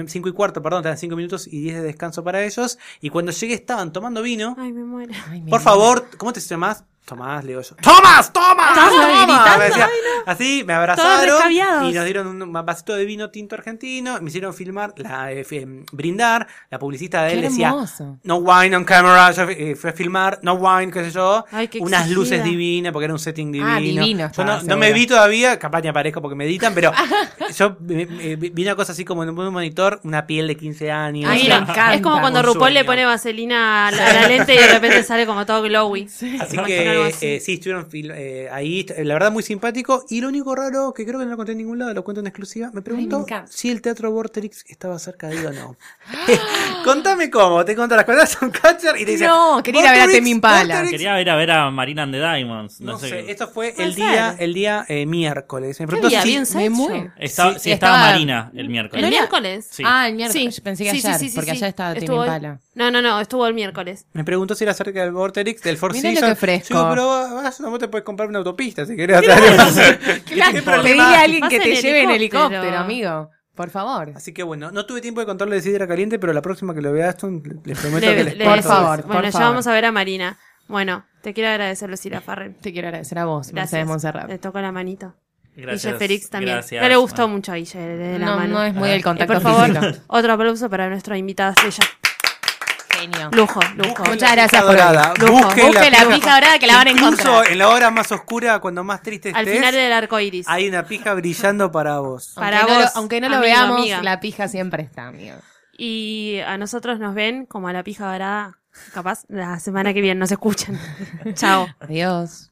Speaker 10: 5 y cuarto, perdón, te dan 5 minutos y 10 de descanso para ellos. Y cuando llegué estaban tomando vino.
Speaker 7: Ay, me muero.
Speaker 8: Ay, mi
Speaker 10: Por
Speaker 8: amor.
Speaker 10: favor, ¿cómo te llamas? Tomás, le digo yo. ¡Tomás! ¡Tomás!
Speaker 7: Estaba
Speaker 10: ¡Tomás!
Speaker 7: gritando,
Speaker 10: Me decía.
Speaker 7: ay,
Speaker 10: Así me
Speaker 7: Todos
Speaker 10: abrazaron
Speaker 7: recabiados.
Speaker 10: y nos dieron un vasito de vino tinto argentino. Me hicieron filmar, la, eh, fi- em, brindar. La publicista de
Speaker 8: Qué
Speaker 10: él decía,
Speaker 8: hermoso.
Speaker 10: no wine on camera, yo eh, fui a filmar, no wine, qué sé yo.
Speaker 7: Ay, qué
Speaker 10: Unas
Speaker 7: exigida.
Speaker 10: luces divinas, porque era un setting divino.
Speaker 8: Ah, divino
Speaker 10: Yo no,
Speaker 8: estaba,
Speaker 10: no me
Speaker 8: seguro.
Speaker 10: vi todavía, capaz ni aparezco porque me editan, pero yo eh, eh, vi este una cosa así como en
Speaker 7: [LAUGHS]
Speaker 10: un monitor, una piel de 15 años.
Speaker 8: Ay,
Speaker 10: o
Speaker 8: me
Speaker 10: sea,
Speaker 8: encanta.
Speaker 7: Es como cuando
Speaker 10: un
Speaker 7: RuPaul le
Speaker 10: sueño.
Speaker 7: pone vaselina a la, a la lente y de repente sale como todo glowy.
Speaker 10: Así
Speaker 7: Me imagino algo
Speaker 10: que
Speaker 7: así.
Speaker 10: eh, sí, estuvieron fil- eh, ahí, eh, la verdad muy simpático. Y lo único raro, que creo que no lo conté en ningún lado, lo cuento en exclusiva, me preguntó
Speaker 8: encanta.
Speaker 10: si el teatro Vorterix estaba cerca de él o no. [LAUGHS] Eh, Contame cómo, te cuento las cosas son catcher y te dice.
Speaker 8: No, quería ir a ver a
Speaker 10: "Vorterix,
Speaker 8: Temi Impala".
Speaker 10: Vorterix".
Speaker 9: Quería ver a ver a Marina and the Diamonds. No,
Speaker 10: No
Speaker 9: sé.
Speaker 10: sé, esto fue
Speaker 7: Puede
Speaker 10: el día,
Speaker 7: ser.
Speaker 10: el día eh, miércoles. Me
Speaker 7: ¿Qué
Speaker 10: preguntó
Speaker 7: día?
Speaker 10: si-
Speaker 7: ¿Bien
Speaker 8: me
Speaker 7: Sideshow?
Speaker 8: muero.
Speaker 9: Estaba-
Speaker 8: Sí,
Speaker 9: sí, estaba
Speaker 8: estaba-
Speaker 9: Marina el miércoles.
Speaker 7: ¿El miércoles?
Speaker 9: Sí.
Speaker 8: Ah, el miércoles.
Speaker 7: Sí.
Speaker 8: Pensé que
Speaker 7: Sí,
Speaker 8: ayer,
Speaker 7: sí, sí,
Speaker 8: porque
Speaker 7: sí.
Speaker 8: allá estaba Timmy
Speaker 7: Estuvo el-
Speaker 8: Impala.
Speaker 7: No, no, no, estuvo el miércoles.
Speaker 10: Me preguntó si era cerca del Vorterix, del Four
Speaker 8: Mirá lo
Speaker 10: Seasons.
Speaker 8: que fresco.
Speaker 10: Yo digo, pero ah, vos te puedes comprar una autopista si querés. atrás. ¿Qué problema?
Speaker 8: Pedile a alguien que
Speaker 7: Vas
Speaker 8: te
Speaker 7: en
Speaker 8: lleve en
Speaker 7: helicóptero.
Speaker 8: helicóptero, amigo. Por favor.
Speaker 10: Así que bueno, no tuve tiempo de contarle de Sidra Caliente, pero la próxima que lo vea Aston, le- les prometo
Speaker 7: Le-
Speaker 10: que les
Speaker 7: le-
Speaker 10: cuento.
Speaker 8: Por favor, por
Speaker 7: Bueno, ya
Speaker 8: favor.
Speaker 7: vamos a ver a Marina. Bueno, te quiero agradecer, Lucila Farrell.
Speaker 8: Te quiero agradecer a vos, Mercedes
Speaker 7: Gracias. Eh, Le
Speaker 8: Monserrat.
Speaker 7: toco la manito.
Speaker 9: Gracias,
Speaker 7: Guille Félix también.
Speaker 9: gracias.
Speaker 7: No le gustó
Speaker 9: Bueno.
Speaker 7: mucho a Guille de la
Speaker 8: No,
Speaker 7: mano.
Speaker 8: no es muy del contacto
Speaker 7: Eh, por favor,
Speaker 8: físico.
Speaker 7: otro aplauso para nuestra invitada estrella.
Speaker 8: [LAUGHS] Genio.
Speaker 7: Lujo, lujo.
Speaker 8: Muchas gracias por
Speaker 10: dorada.
Speaker 8: hoy. Lujo.
Speaker 10: Busquen
Speaker 8: Busquen la
Speaker 10: pija-
Speaker 8: pija dorada que la van a encontrar.
Speaker 10: Incluso en la hora más oscura, cuando más triste
Speaker 7: Al
Speaker 10: estés,
Speaker 7: final del arco iris.
Speaker 10: hay una pija brillando para vos.
Speaker 7: para
Speaker 8: aunque no
Speaker 7: vos,
Speaker 8: lo, aunque no lo
Speaker 7: amigo,
Speaker 8: veamos,
Speaker 7: amiga.
Speaker 8: la pija siempre está, amigo.
Speaker 7: Y a nosotros nos ven como a la pija dorada. Capaz la semana que viene nos escuchan. Chao.
Speaker 8: Adiós.